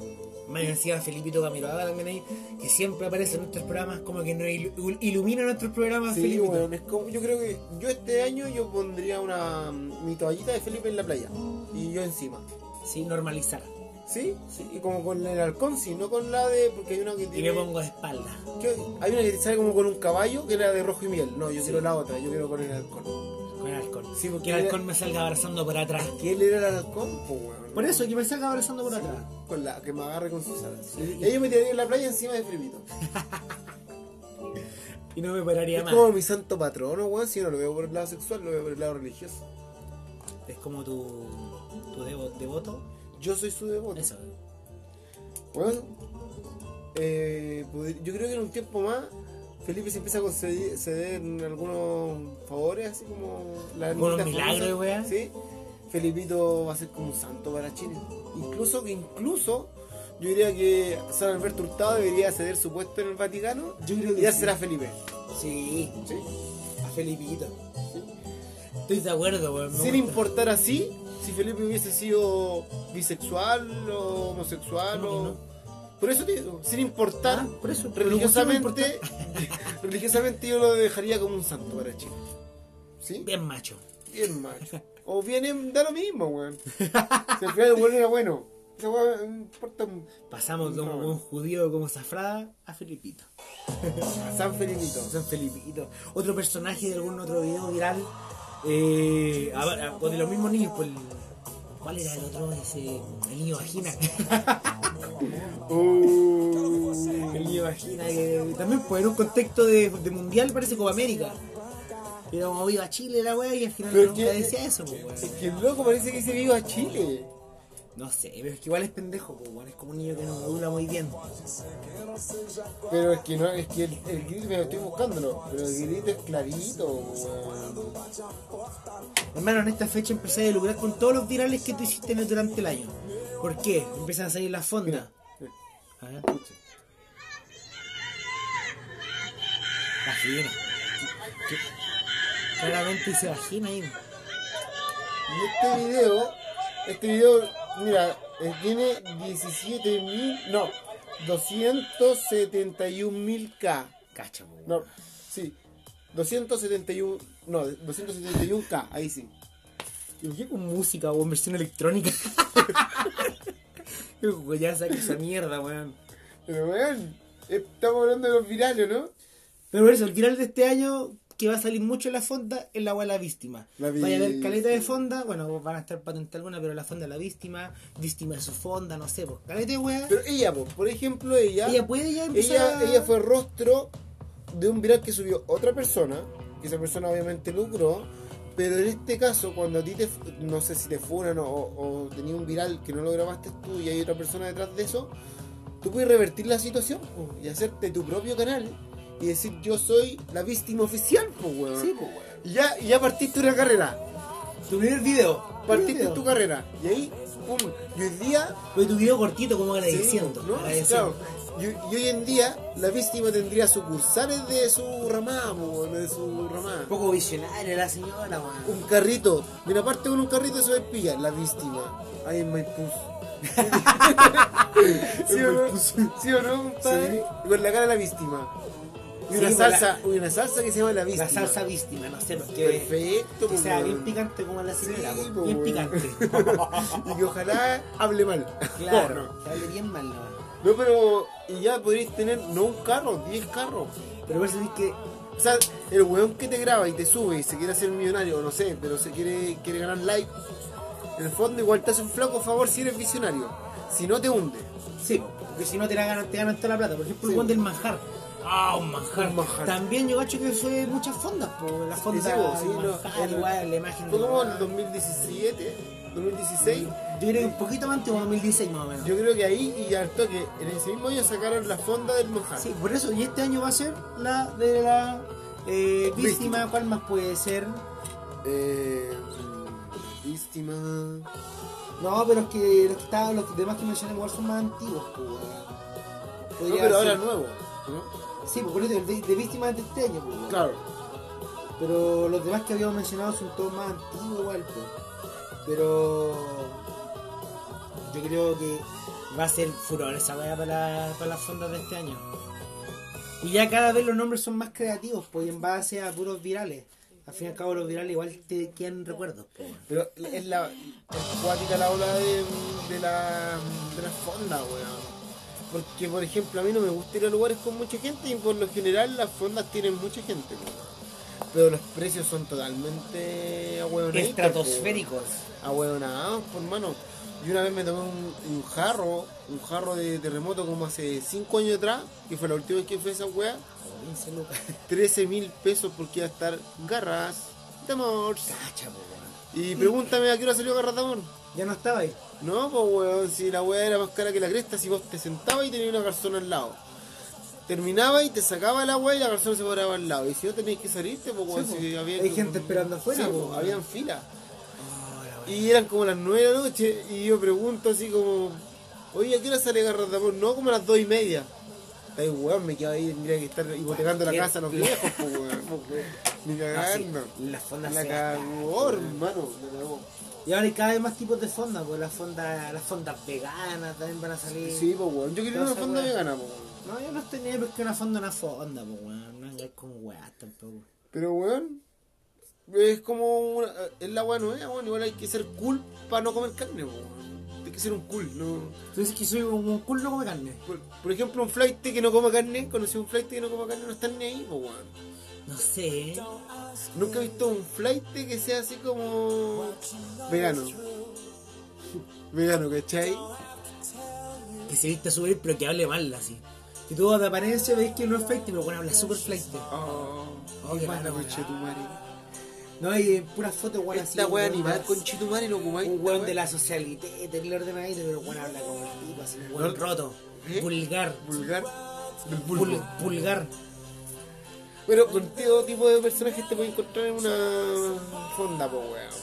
S1: Más encima Felipito Camiroaga también ahí, que siempre aparece en nuestros programas, como que nos ilu- ilumina nuestros programas,
S2: Sí,
S1: Felipito.
S2: weón, es como- yo creo que yo este año yo pondría una mm, mi toallita de Felipe en la playa y yo encima.
S1: Sí, normalizar.
S2: Sí, sí, y como con el halcón, sí, no con la de. Porque hay una que
S1: Y
S2: tiene.
S1: me pongo de espalda.
S2: yo- hay una que sale como con un caballo que era de rojo y miel. No, yo quiero la otra, yo quiero con el halcón.
S1: Con alcohol.
S2: Sí, porque
S1: Que el alcohol me salga abrazando por atrás.
S2: ¿Qué él era el halcón? Pues weón.
S1: Por eso, que me salga abrazando por atrás.
S2: Con la que me agarre con sus alas.
S1: Sí.
S2: Y ahí yo me tiraría en la playa encima de Felipito.
S1: Y no me pararía
S2: Es
S1: más.
S2: como mi santo patrono, weón. Si yo no lo veo por el lado sexual, lo veo por el lado religioso.
S1: Es como tu, tu devo- devoto.
S2: Yo soy su devoto.
S1: Eso.
S2: Bueno, eh, pod- yo creo que en un tiempo más Felipe se empieza a conceder ceder en algunos favores, así como la
S1: Algunos
S2: niñita
S1: milagros,
S2: famosa,
S1: weá.
S2: Sí, Felipito va a ser como un santo para Chile. Incluso que incluso yo diría que San Alberto Hurtado debería ceder su puesto en el Vaticano
S1: Yo creo que sí.
S2: y dársela a Felipe.
S1: Sí,
S2: ¿sí?
S1: a Felipito. Estoy de acuerdo, weón. me
S2: Sin
S1: gusta.
S2: importar así si Felipe hubiese sido bisexual o homosexual
S1: ¿Cómo
S2: o.
S1: que
S2: Por eso te digo, sin importar.
S1: Ah, por eso.
S2: religiosamente, religiosamente yo lo dejaría como un santo para Chile. ¿Sí?
S1: Bien macho.
S2: Bien macho. O vienen, da lo mismo, weón. Si al final el weón era bueno. Esa weón me importa un-
S1: Pasamos como
S2: No.
S1: un judío como Zafrada a Felipito.
S2: a San Felipito.
S1: San Felipito. Otro personaje de algún otro video viral. Eh, a ver, a- o de los mismos niños, pues. el- ¿Cuál era el otro? Ese, el niño vagina.
S2: Uh,
S1: el niño vagina que también, pues, en un contexto de, de mundial, parece Copa América. Era como viva Chile la wea y al final
S2: Pero
S1: nunca
S2: que-
S1: decía eso, pues, weón.
S2: es que el loco parece que se vive a Chile.
S1: No sé, pero es que igual es pendejo, pues, weón. Es como un niño que no dura muy bien.
S2: Pero es que no, es que el, el grito me lo estoy buscándolo. Pero el grito es clarito, weón.
S1: Hermano, en esta fecha empecé a lucrar con todos los virales que tú hiciste durante el año. ¿Por qué? Empiezan a salir las fondas. Ah, A ver. Vagina. ¿Qué- qué? Claramente dice vagina ahí.
S2: Y este video, este video, mira, eh, tiene 17.000, no, 271.000K.
S1: Cacha, pues, po, weón.
S2: No, sí, 271, no, 271K, ahí sí.
S1: ¿Y por qué con música o versión electrónica? Weón, ya saca esa mierda, weón.
S2: Pero weón, estamos hablando de los virales, ¿no?
S1: Pero por eso, el viral de este año que va a salir mucho en la fonda es la weá La Víctima.
S2: La
S1: Vaya a ver caleta de
S2: Víctima.
S1: fonda, bueno, van a estar patentes alguna, pero la fonda es La Víctima, Víctima de su fonda, no sé, pues caleta de weá.
S2: Pero ella, po, por ejemplo, ella,
S1: Ella puede ya empezar
S2: ella,
S1: a-
S2: ella fue rostro de un viral que subió otra persona, que esa persona obviamente lucró, pero en este caso, cuando a ti te, no sé si te funan o, o tenías un viral que no lo grabaste tú y hay otra persona detrás de eso, tú puedes revertir la situación po, y hacerte tu propio canal y decir yo soy la víctima oficial, pues weón.
S1: Sí, pues weón.
S2: Y ya, y ya partiste una carrera,
S1: Tu primer video.
S2: partiste
S1: Video.
S2: tu carrera y ahí pum. Y hoy día
S1: Oye, tu video cortito, como agradeciendo.
S2: diciendo ¿no?
S1: agradeciendo.
S2: Claro. Y, y hoy en día la víctima tendría sucursales de su ramá, po, de su ramá.
S1: Un poco visionaria la señora, weón.
S2: Un carrito. Mira, aparte con un carrito se va a pillar la víctima. Ahí en Maipú. ¿Sí o no? ¿Sí o no, compadre? Y Con la cara de la víctima. Y
S1: Sí,
S2: una
S1: con
S2: salsa, y una salsa que se llama la víctima.
S1: La salsa víctima, no sé, porque
S2: Perfecto,
S1: que
S2: po,
S1: sea bien
S2: weón.
S1: picante como la
S2: Sí,
S1: señora, weón.
S2: po,
S1: bien
S2: weón.
S1: picante.
S2: y que ojalá hable mal.
S1: claro, sale bien mal, la weón.
S2: No, pero y ya podrías tener no un carro, 10 carros.
S1: Pero por eso es que
S2: O sea, el weón que te graba y te sube y se quiere hacer millonario, no sé, pero se quiere, quiere ganar like, en el fondo igual te hace un flaco favor si eres visionario. Si no te hunde.
S1: Sí, porque si no te la ganan, te ganan toda la plata. Por ejemplo,
S2: Sí.
S1: el Juan del manjar. Ah, un manjar.
S2: Un manjar.
S1: También yo gacho que fue muchas fondas, po. La fonda
S2: Sí, sí, vos, sí,
S1: el
S2: no,
S1: manjar,
S2: el-
S1: igual, la imagen.
S2: Fue
S1: del-
S2: como en el 2017, 2016.
S1: Yo creo que un poquito más antiguo, 2016 más o menos.
S2: Yo creo que ahí y al toque, en ese mismo año sacaron la fonda del manjar.
S1: Sí, por eso. Y este año va a ser la de la eh, víctima.
S2: Víctima.
S1: ¿Cuál más puede ser?
S2: Eh, mm, víctima.
S1: No, pero es que los, que estaban- los demás que mencioné igual son más antiguos, po.
S2: No,
S1: Podría
S2: pero
S1: ser-
S2: ahora nuevo. ¿no?
S1: Sí, pues, por eso, el de, de víctimas es de este año, po.
S2: Claro.
S1: Pero los demás que habíamos mencionado son todos más antiguos igual, po. Pero yo creo que va a ser furor esa weá para, la- para las fondas de este año. Y ya cada vez los nombres son más creativos, pues, y en base a puros virales. Al fin y al cabo los virales igual te quedan recuerdos, po.
S2: Pero es la es cuática la ola de, de la de la fonda, weón. Porque por ejemplo a mí no me gusta ir a lugares con mucha gente y por lo general las fondas tienen mucha gente, weón. Pero los precios son totalmente ahueonados.
S1: Estratosféricos.
S2: Ahueonados, por mano. Y una vez me tomé un, un jarro, un jarro de terremoto como hace 5 años atrás, que fue la última vez que fue esa weá,
S1: 15 lucas.
S2: 13 mil pesos porque iba a estar garras de amor.
S1: Cacha, po, weón.
S2: Y pregúntame a qué hora salió garras de amor.
S1: Ya no estaba ahí.
S2: No, pues weón, si la weá era más cara que la cresta, si vos te sentabas y tenías una persona al lado. Terminaba y te sacaba la weá y la persona se paraba al lado. Y si no tenías que salirte, pues weón,
S1: Sí, po.
S2: si había.
S1: Hay gente esperando afuera,
S2: Sí,
S1: po,
S2: po,
S1: weón.
S2: habían filas.
S1: Oh, la weá.
S2: Y eran como las 9 de la noche y yo pregunto así como, oye, ¿a qué hora sale Garras de Amor? No, como a las 2 y media. Ay, weón, me quedaba ahí, mira que estar hipotecando la
S1: Cualquier
S2: casa a los viejos, po, weón. Ni
S1: No,
S2: cagarnos.
S1: Ah, sí, las fondas
S2: La
S1: se
S2: cagó, hermano, la cagó.
S1: Y ahora hay cada vez más tipos de fondas, pues las fondas, las fondas veganas también van a salir.
S2: Sí, pues weón, yo quería
S1: No
S2: una
S1: sé,
S2: fonda
S1: weón.
S2: vegana, po, weón.
S1: No, yo no estoy ni ahí, pero es que una fonda es una fonda, pues weón, no hay con weá tampoco.
S2: Pero weón, es como una, es la weá nueva, weón, igual hay que ser cool para no comer carne, po, weón. Hay que ser un cool, no.
S1: Tú dices que soy un, un culo come carne.
S2: Por, por ejemplo, un flight que no coma carne, conocí un flight que no coma carne, no están ni ahí, po, weón.
S1: No sé, ¿eh?
S2: Nunca he visto un flight que sea así como vegano. Vegano, ¿cachai?
S1: que se viste subir pero que hable mal así. Si tú de apariencia veis que no es flight, pero bueno, habla super flight.
S2: Oh,
S1: Oh, qué
S2: mala
S1: mala,
S2: conchetumare.
S1: No hay puras fotos, weón, así.
S2: Esta wea
S1: weón,
S2: animal
S1: más-
S2: conchetumare lo comáis.
S1: Un
S2: esta
S1: weón
S2: wea.
S1: de la socialité, el ordenadito, pero weón habla como el tipo, así, un weón
S2: No-
S1: roto,
S2: ¿Eh?
S1: vulgar,
S2: Vulgar. Del
S1: pul-
S2: vulgo.
S1: vulgar.
S2: Pero con todo tipo de personajes te puedes encontrar en una fonda, po weón.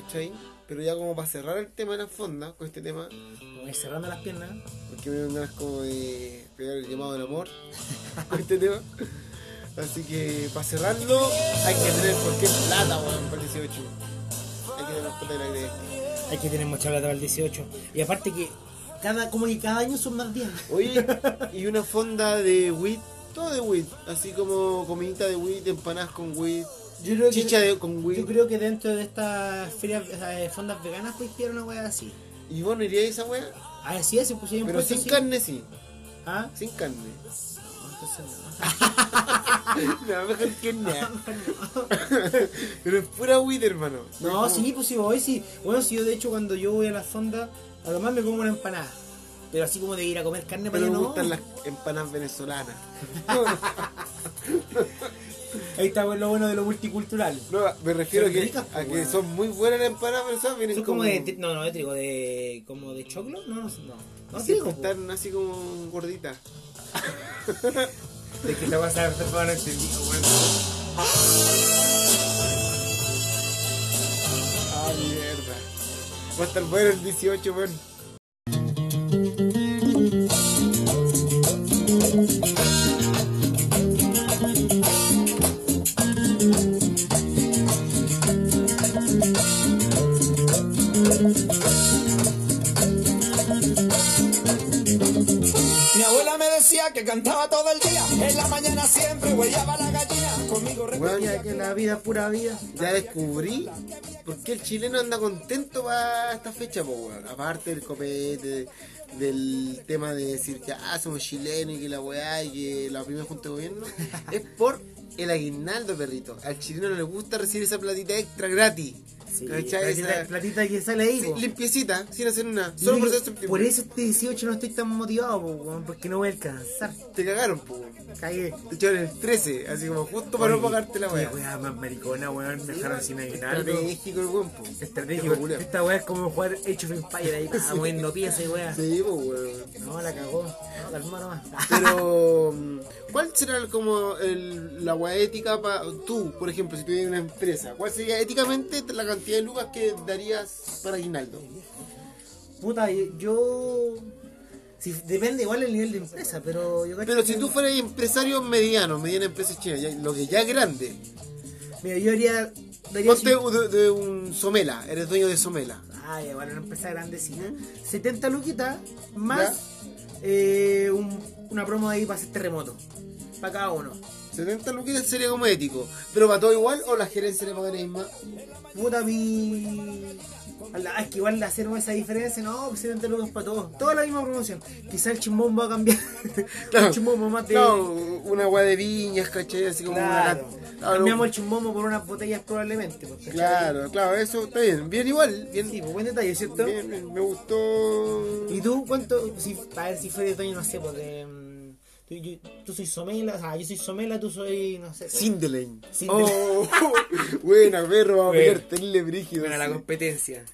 S2: ¿Cachai? Pero ya como para cerrar el tema de la fonda, con este tema,
S1: Me voy cerrando las piernas.
S2: porque me dan ganas como de pegar el llamado del amor con este tema. Así que para cerrarlo hay que tener cualquier plata, weón, para el 18. Hay que tener las plata de la idea.
S1: Hay que tener mucha plata para el 18. Y aparte que cada, como que cada año son más días.
S2: Oye, y una fonda de wheat, todo de wheat, así como comidita de wheat, empanadas con wheat,
S1: Yo creo
S2: chicha de, con
S1: yo
S2: wheat.
S1: creo que dentro de estas ferias, esas, eh, fondas veganas, pues pillar una wea así.
S2: Y vos no irías a esa weá,
S1: Ah, sí, se pusieron
S2: pero sin carne sí,
S1: Ah,
S2: sin carne.
S1: no, entonces
S2: No, mejor que nada.
S1: no.
S2: Pero es pura wheat, hermano.
S1: No, sí, pues sí, hoy sí. Bueno, si yo de hecho cuando yo voy a las fondas, a lo más me como una empanada. Pero así como de ir a comer carne para
S2: Pero me
S1: no.
S2: gustan las empanadas venezolanas.
S1: Ahí está pues, lo bueno de lo multicultural.
S2: No, me refiero
S1: Son
S2: que,
S1: ricas,
S2: a
S1: pues,
S2: que
S1: weón.
S2: son muy buenas las empanadas, pero esas vienen
S1: Son
S2: como...
S1: como de, tri- no, no, de trigo, de, como de choclo, no, no, sé, no, no,
S2: siempre
S1: trigo, pues. po.
S2: están así como gorditas.
S1: De que la vas a ver, no entendí, weón.
S2: Ah, mierda. Va a estar bueno el 18, weón.
S3: Mi abuela me decía que cantaba todo el día. En la mañana siempre huellaba la gallina. Conmigo
S2: Weón, ya
S3: repetía
S2: que
S3: que
S2: la vida es pura vida. Ya descubrí por qué el chileno anda contento para esta fecha, po, weón. Aparte del copete, del tema de decir que ah, somos chilenos y que la weá y que la primera junta de gobierno. es por el aguinaldo, perrito. Al chileno no le gusta recibir esa platita extra gratis. ¿Cachai?
S1: platita,
S2: Esa-
S1: platita que sale ahí.
S2: Sí,
S1: po.
S2: limpiecita, sin hacer nada.
S1: Yo creo
S2: Solo por
S1: que
S2: ser septiembre.
S1: por eso este 18 no estoy tan motivado, po, weón, porque no voy a alcanzar.
S2: Te cagaron, po, weón.
S1: Cagué.
S2: Te echaron el 13, así como justo para no
S1: Oye,
S2: pagarte la weá.
S1: Qué weá más maricona, weón. Me dejaron sin aguinaldo.
S2: Estratégico el weón, po.
S1: Estratégico. Esta weá es como jugar Age of Empire ahí, ah, moviendo piezas y weá.
S2: Sí, po, weón.
S1: No, la cagó. No, La armó nomás.
S2: Pero, mm, ¿cuál será el- como el- la hueá ética para tú, por ejemplo, si tuvieras una empresa? ¿Cuál sería éticamente la cantidad de lucas que darías para Aguinaldo?
S1: Puta, yo- yo. si- depende igual el nivel de empresa, pero yo cacho
S2: Pero
S1: que-
S2: si tú fueras empresario mediano, mediana empresa china, ya- lo que ya es grande,
S1: Mira, yo haría. daría
S2: ponte u- de, de un Somela, eres dueño de Somela.
S1: Ah, ya, bueno, una empresa grandecita. 70 luquitas más eh, un- una promo ahí para hacer terremoto. Para cada uno.
S2: 70 lucas sería como ético, pero para todo igual o la gerencia le pagaréis más.
S1: Puta mi. Ah, es que igual le hacemos esa diferencia, no, pues 70 lucas para todos. Toda la misma promoción. Quizá el chimbón va a cambiar. el chimbón va más de.
S2: Claro, una hueá de viñas, ¿cachai? Así como
S1: Claro.
S2: una... Claro,
S1: Cambiamos el chimbomo por unas botellas probablemente. pues, ¿cachai?
S2: claro, claro, eso está bien, bien igual, bien,
S1: Sí, pues buen detalle, ¿cierto?
S2: bien, bien, me gustó.
S1: ¿Y tú cuánto? Si, a ver si fue dueño, no sé, pues de. mm, Tú, yo- tú soy Somela, o sea, yo soy Somela, tú soy, no sé. pues,
S2: Sindelein.
S1: Sindelane.
S2: Oh, buena, perro, vamos a
S1: Buena.
S2: pelear, tenle brígido.
S1: Buena
S2: sí.
S1: competencia.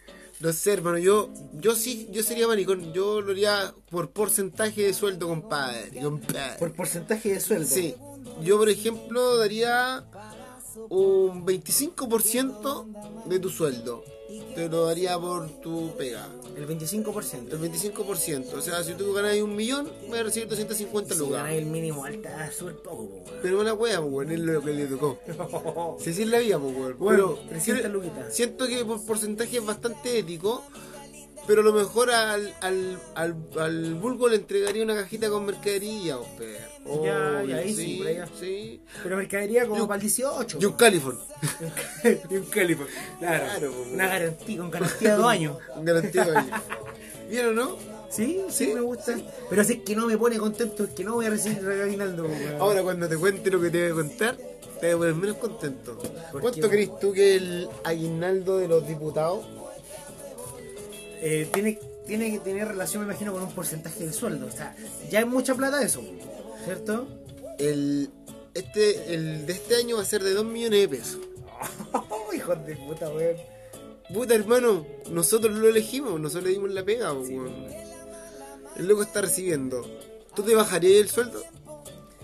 S2: No sé, hermano, yo, yo sí, yo sería maricón, yo lo haría por porcentaje de sueldo, compadre. compadre.
S1: Por porcentaje de sueldo.
S2: Sí, yo por ejemplo daría un 25% de tu sueldo. Te lo daría por tu pega.
S1: El 25%.
S2: El 25%. O sea, si tú ganas un millón, vas a recibir 250
S1: Si ganáis
S2: lucas.
S1: el mínimo alta, ah, súper poco, po,
S2: Pero una wea, pues, weón, es lo que le tocó.
S1: weón.
S2: Si así es la vida, pues, weón.
S1: Bueno,
S2: Pero
S1: 300
S2: creo-
S1: luquitas.
S2: Siento que por porcentaje es bastante ético, pero a lo mejor al, al, al, al vulgo le entregaría una cajita con mercadería, o perro.
S1: Ya, ya, ahí sí,
S2: sí,
S1: por allá.
S2: sí.
S1: Pero mercadería como
S2: Yo-
S1: para el 18.
S2: Y un Californ.
S1: y un calipo. Claro.
S2: Claro, po, weón.
S1: Una garantía, con garantía de dos años.
S2: Un garantía de año. ¿Bien o no?
S1: Sí, sí, me gusta. Pero si es que no me pone contento, es que no voy a recibir aguinaldo, po, weón.
S2: Ahora, cuando te cuente lo que te voy a contar, te voy a poner menos contento.
S1: ¿Por
S2: ¿Cuánto
S1: qué?
S2: crees tú que el aguinaldo de los diputados?
S1: Eh, tiene, tiene que tener relación, me imagino, con un porcentaje del sueldo. O sea, ya es mucha plata eso, ¿cierto?
S2: El, este, el de este año va a ser de 2 millones de pesos.
S1: Hijos de puta, weón.
S2: Puta hermano, nosotros lo elegimos, nosotros le dimos la pega, po, weón.
S1: pues,
S2: El loco está recibiendo. ¿Tú te bajarías el sueldo?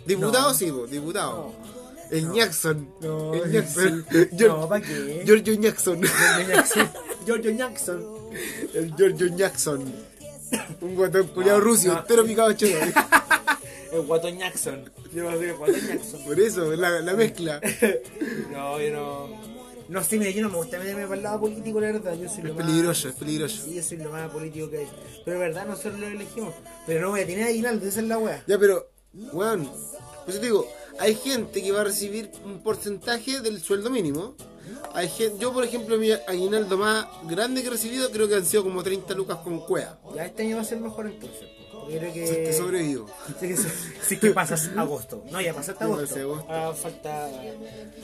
S2: Diputado
S1: No.
S2: sí, po, diputado.
S1: No.
S2: El Jackson.
S1: No,
S2: el
S1: sí.
S2: Jackson.
S1: No, ¿pa' qué?
S2: Giorgio Jackson.
S1: Giorgio Jackson.
S2: el Giorgio Jackson. Un guatón culiado
S1: No,
S2: ruso,
S1: no.
S2: entero picado choro.
S1: El guatón Jackson. Yo no soy el guatón Jackson.
S2: Por eso, la, la mezcla.
S1: No, yo no. No sé, mira, yo no me gusta meterme para el lado político, la verdad. Yo soy
S2: Es
S1: lo más.
S2: peligroso, es peligroso.
S1: Sí, yo soy lo más político que hay. Pero de verdad, nosotros lo elegimos. Pero no voy a tener aguinaldo, esa es la weá.
S2: Ya, pero, weón, pues yo te digo, hay gente que va a recibir un porcentaje del sueldo mínimo. Hay gente, yo, por ejemplo, mi aguinaldo más grande que he recibido creo que han sido como 30 lucas con cuea.
S1: Ya este año va a ser mejor entonces. Yo creo que.
S2: Si te este sobrevivo.
S1: Sí, que, sí que pasas agosto. No, ya pasaste
S2: Ya
S1: agosto.
S2: pasé agosto.
S1: Ah, falta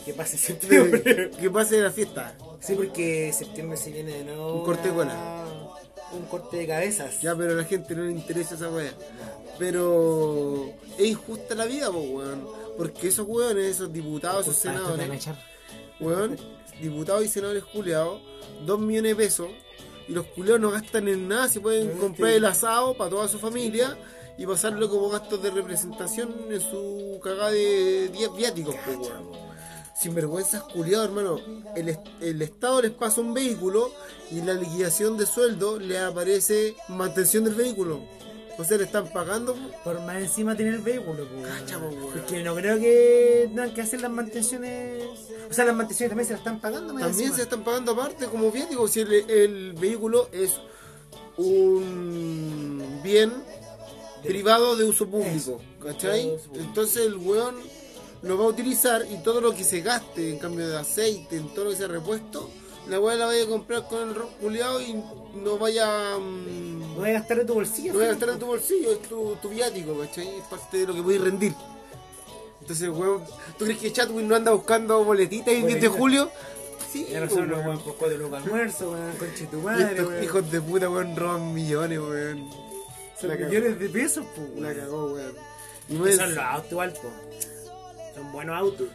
S1: que pase septiembre.
S2: que pase la fiesta.
S1: sí, porque septiembre se viene de nuevo.
S2: Un corte de
S1: una-
S2: cola.
S1: Un corte de cabezas.
S2: Ya, pues, pero a la gente no le interesa esa wea. Pero es injusta la vida, po, weón. Porque esos weones, esos diputados, esos
S1: Ah, esto te van a
S2: senadores,
S1: echar.
S2: weón, diputados y senadores culeados, 2 millones de pesos, y los culeados no gastan en nada, se pueden comprar el asado para toda su familia y pasarlo como gastos de representación en su cagada de di- viáticos, pues, weón. sinvergüenzas culiados, hermano. El, est- el Estado les pasa un vehículo y en la liquidación de sueldo le aparece mantención del vehículo. O sea, le están pagando.
S1: Por más encima tener el vehículo, po, weón.
S2: Cacha, po, weón.
S1: Porque no creo que tengan que hacer las mantenciones. O sea, las mantenciones también se las están pagando, más
S2: También
S1: encima.
S2: se están pagando aparte como bien. Digo, si el, el vehículo es un bien privado de uso público.
S1: privado de
S2: ¿Cachai?
S1: uso público.
S2: Entonces el weón lo va a utilizar y todo lo que se gaste en cambio de aceite, en todo lo que sea repuesto, la weá la vaya a comprar con el culiado y no vaya... mm,
S1: No voy a gastar de tu bolsillo.
S2: lo voy a
S1: ¿sí?
S2: gastar en tu bolsillo, es tu, tu viático, ¿cachai? Es parte de lo que voy a rendir. Entonces, weón, ¿tú crees que Chadwick no anda buscando boletitas el 10 de
S1: Boletita.
S2: julio? Sí, pues,
S1: Ya razón, los
S2: weón.
S1: weón por cuatro lucas almuerzo, weón, conche tu
S2: Y
S1: madre,
S2: estos
S1: weón.
S2: hijos de puta, weón, roban millones, weón.
S1: Son
S2: la cagó.
S1: millones de pesos, po, weón.
S2: La cagó, weón. Y
S1: Que
S2: pues, bueno,
S1: Son los autos altos. Son buenos autos.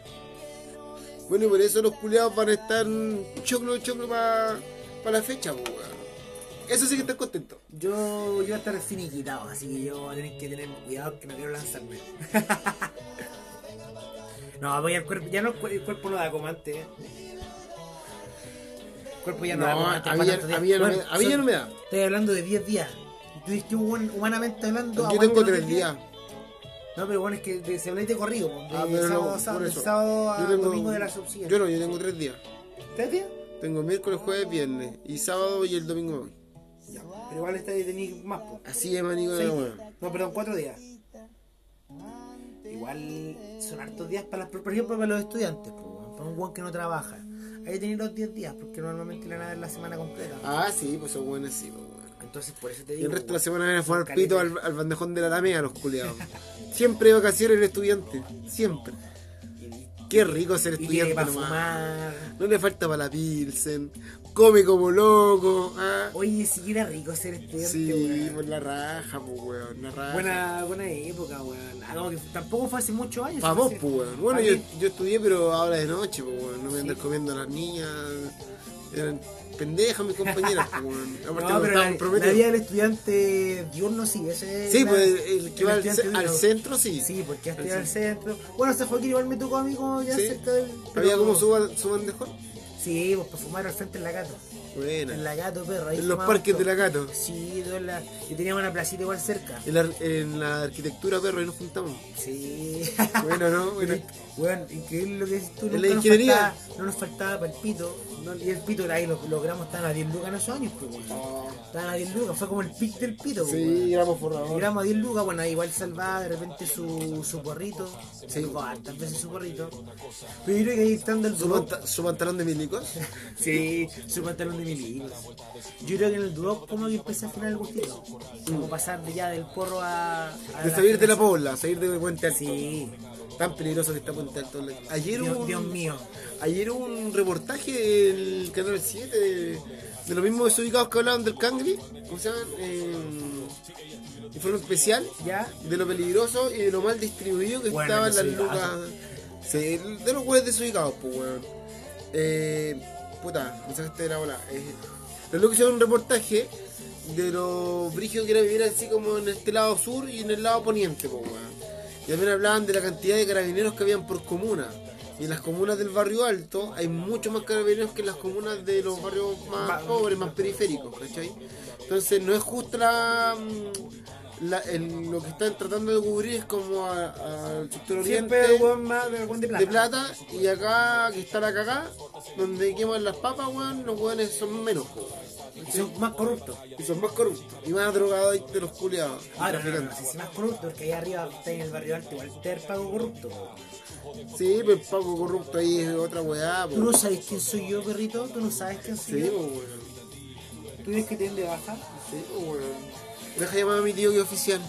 S2: bueno, y por eso los culiados van a estar choclo, choclo para la fecha, po, weón. Eso sí que están contentos.
S1: Yo, yo voy a estar finiquitado, así que yo voy a tener que tener cuidado que no quiero lanzarme. no, voy al cuerpo, ya no, el cuer- el cuerpo no da como antes. eh. El cuerpo ya no, da
S2: No,
S1: como
S2: a
S1: antes.
S2: mí
S1: para
S2: ya-
S1: tantos
S2: a mí
S1: días.
S2: ya no me
S1: Bueno,
S2: da- a mí ya
S1: son-
S2: no me da.
S1: Estoy hablando de 10 días. Yo dije, human- humanamente hablando.
S2: Yo
S1: aguanto
S2: tengo
S1: los
S2: tres
S1: 10
S2: días.
S1: No, pero bueno, es que de- se habláis de corrido. po, De
S2: Ah, pero
S1: sábado,
S2: no,
S1: a sábado,
S2: por
S1: de
S2: eso.
S1: sábado a
S2: Yo tengo-
S1: domingo de la subsiguiente.
S2: Yo no, yo tengo tres días.
S1: ¿Tres días?
S2: Tengo miércoles, jueves, viernes y sábado y el domingo me voy.
S1: Ya, pero igual está tenéis más, po.
S2: Así es, manico de
S1: Seis-
S2: la weá.
S1: No, perdón, cuatro días. Igual son hartos días para las, por ejemplo para los estudiantes, po, weón, para un guan que no trabaja. Ahí tenéis los 10 días, porque normalmente le van a dar la semana completa.
S2: Ah, sí, pues son buenos, sí, pues, weón.
S1: Entonces por eso te
S2: Y
S1: digo.
S2: el resto de
S1: weón,
S2: la semana van a fumar
S1: caleta.
S2: pito al, al bandejón de la Tamea, los culiados. Siempre de vacaciones el estudiante, siempre. Qué rico ser
S1: Y que
S2: estudiante,
S1: para
S2: nomás.
S1: fumar.
S2: No le falta para la pilsen, come como loco, ah.
S1: Oye, si era rico ser estudiante,
S2: Sí,
S1: weón.
S2: por la raja, pues, weón, la raja.
S1: Buena, buena época, weón. Ah, como que tampoco fue hace muchos años.
S2: Pa' vos,
S1: fue hace-
S2: pues, weón. Bueno,
S1: Pa'
S2: yo,
S1: mí.
S2: yo estudié, pero ahora de noche, pues, weón. No me andas
S1: Sí.
S2: comiendo a las niñas. Eran pendejas mis compañeras, pues, weón. Aparte,
S1: No, pero
S2: me estaban
S1: la,
S2: prometiendo.
S1: la vida del estudiante diurno sí, ese es
S2: Sí,
S1: la-
S2: pues, el, el que
S1: el
S2: va al,
S1: estudiante
S2: ce- al
S1: diurno.
S2: centro, sí.
S1: Sí, porque hasta
S2: Al
S1: iba al centro. Bueno, se fue que igual me tocó a mí como ya
S2: Sí.
S1: cerca del.
S2: ¿Había
S1: pero-
S2: como su, ba- su bandejón?
S1: Sí, pues para fumar al frente en la gato.
S2: Buena.
S1: En la gato, perro. ahí
S2: En los
S1: fumaba
S2: parques
S1: harto.
S2: de la gato.
S1: Sí, todo en la... y teníamos una placita igual cerca.
S2: En la, en la arquitectura, perro, ahí nos juntamos.
S1: Sí.
S2: Bueno, ¿no? Bueno.
S1: Bueno, increíble lo que es tú.
S2: En
S1: nunca
S2: la
S1: nos
S2: ingeniería.
S1: faltaba- no nos faltaba para el pito. no- y el pito era ahí, los, los gramos estaban a 10 lucas en esos años, pues, weón. Estaban a 10 lucas, fue como el pic del pito, pues, weón.
S2: Oh. Sí, éramos
S1: El
S2: forradores.
S1: gramo a 10 lucas, bueno, ahí igual salvaba de repente su, su porrito. Se dijo hartas veces su porrito. Pero yo creo que ahí estando el
S2: Su,
S1: Duoc.
S2: panta- su pantalón de milicos.
S1: Sí, su pantalón de milicos. Yo creo que en el Duoc como que empecé a afinar el gustito. Como pasar de ya del porro a. a
S2: De
S1: la-
S2: salir de la pobla, salir de Puente Alto.
S1: Sí.
S2: Tan peligroso que está Puente Alto. Ayer
S1: Dios,
S2: un,
S1: Dios mío.
S2: ayer hubo un reportaje del Canal 7 de, de los mismos desubicados que hablaban del Cangri. ¿Cómo se llaman? Eh, informe especial.
S1: Ya.
S2: de lo peligroso y de lo mal distribuido que
S1: Bueno,
S2: estaban las lucas.
S1: desubicado.
S2: Sí, de los güeyes desubicados, pues, weón. Eh, puta, me sacaste de la bola. Eh, los locos hicieron un reportaje de los brigios que era vivir así como en este lado sur y en el lado poniente, pues, weón. Y también hablaban de la cantidad de carabineros que habían por comuna. Y en las comunas del barrio alto hay mucho más carabineros que en las comunas de los barrios más pobres, más periféricos, ¿cachai? Entonces no es justo la, mm, la- el- lo que están tratando de cubrir es como a- al sector oriente
S1: Siempre el weón más el weón de plata.
S2: de plata y acá que está la cagá, donde queman las papas, weón, los weones son menos, po, weón.
S1: Y Son más corruptos.
S2: Y son más corruptos. Y más drogados de los culiados. y
S1: Ahora, Ah, no, no, no
S2: traficantes.
S1: sé si más corrupto, porque ahí arriba está en el barrio alto, igual te pago corrupto.
S2: Sí, pero el pago corrupto ahí es otra weá, po.
S1: Tú no sabes quién soy yo, perrito, tú no sabes quién soy
S2: Sí, po,
S1: yo.
S2: weón.
S1: Tú ves que te den de baja.
S2: Sí, po, weón. Deja llamar a mi tío que es oficial.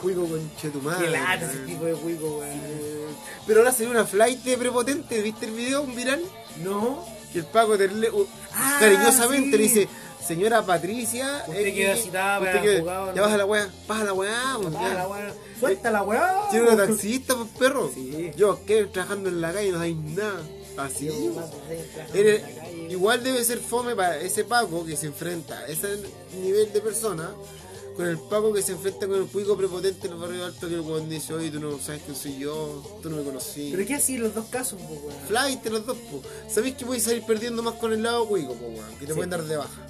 S2: Cuico conche tu madre.
S1: Qué lata ese
S2: weón.
S1: tipo de hueco, weón.
S2: Eh, Pero ahora salió una flight de prepotente, ¿viste el video? Un viral.
S1: No.
S2: Que el Paco te le- u-
S1: Ah,
S2: cariñosamente le
S1: sí.
S2: dice, señora Patricia, eh,
S1: Usted queda citada para juzgado,
S2: Ya
S1: ¿no?
S2: baja la weá, baja la weá, pues,
S1: Ah,
S2: ya.
S1: la weá. Suelta la weá.
S2: Tiene una taxista, pues perro.
S1: Sí.
S2: Yo que trabajando en la calle no hay nada. Así.
S1: Más de trabajando en
S2: Eres-
S1: la calle.
S2: igual debe ser fome para ese Paco que se enfrenta a ese nivel de persona con el Paco que se enfrenta con el cuico prepotente en los barrios altos que cuando dice, oye, tú no sabes quién soy yo, tú no me conocí.
S1: Pero qué así los dos casos, pues, po, weón.
S2: Flight los dos, po. Sabéis que voy a salir perdiendo más con el lado cuico, po, weón, que
S1: Sí.
S2: te pueden dar de baja.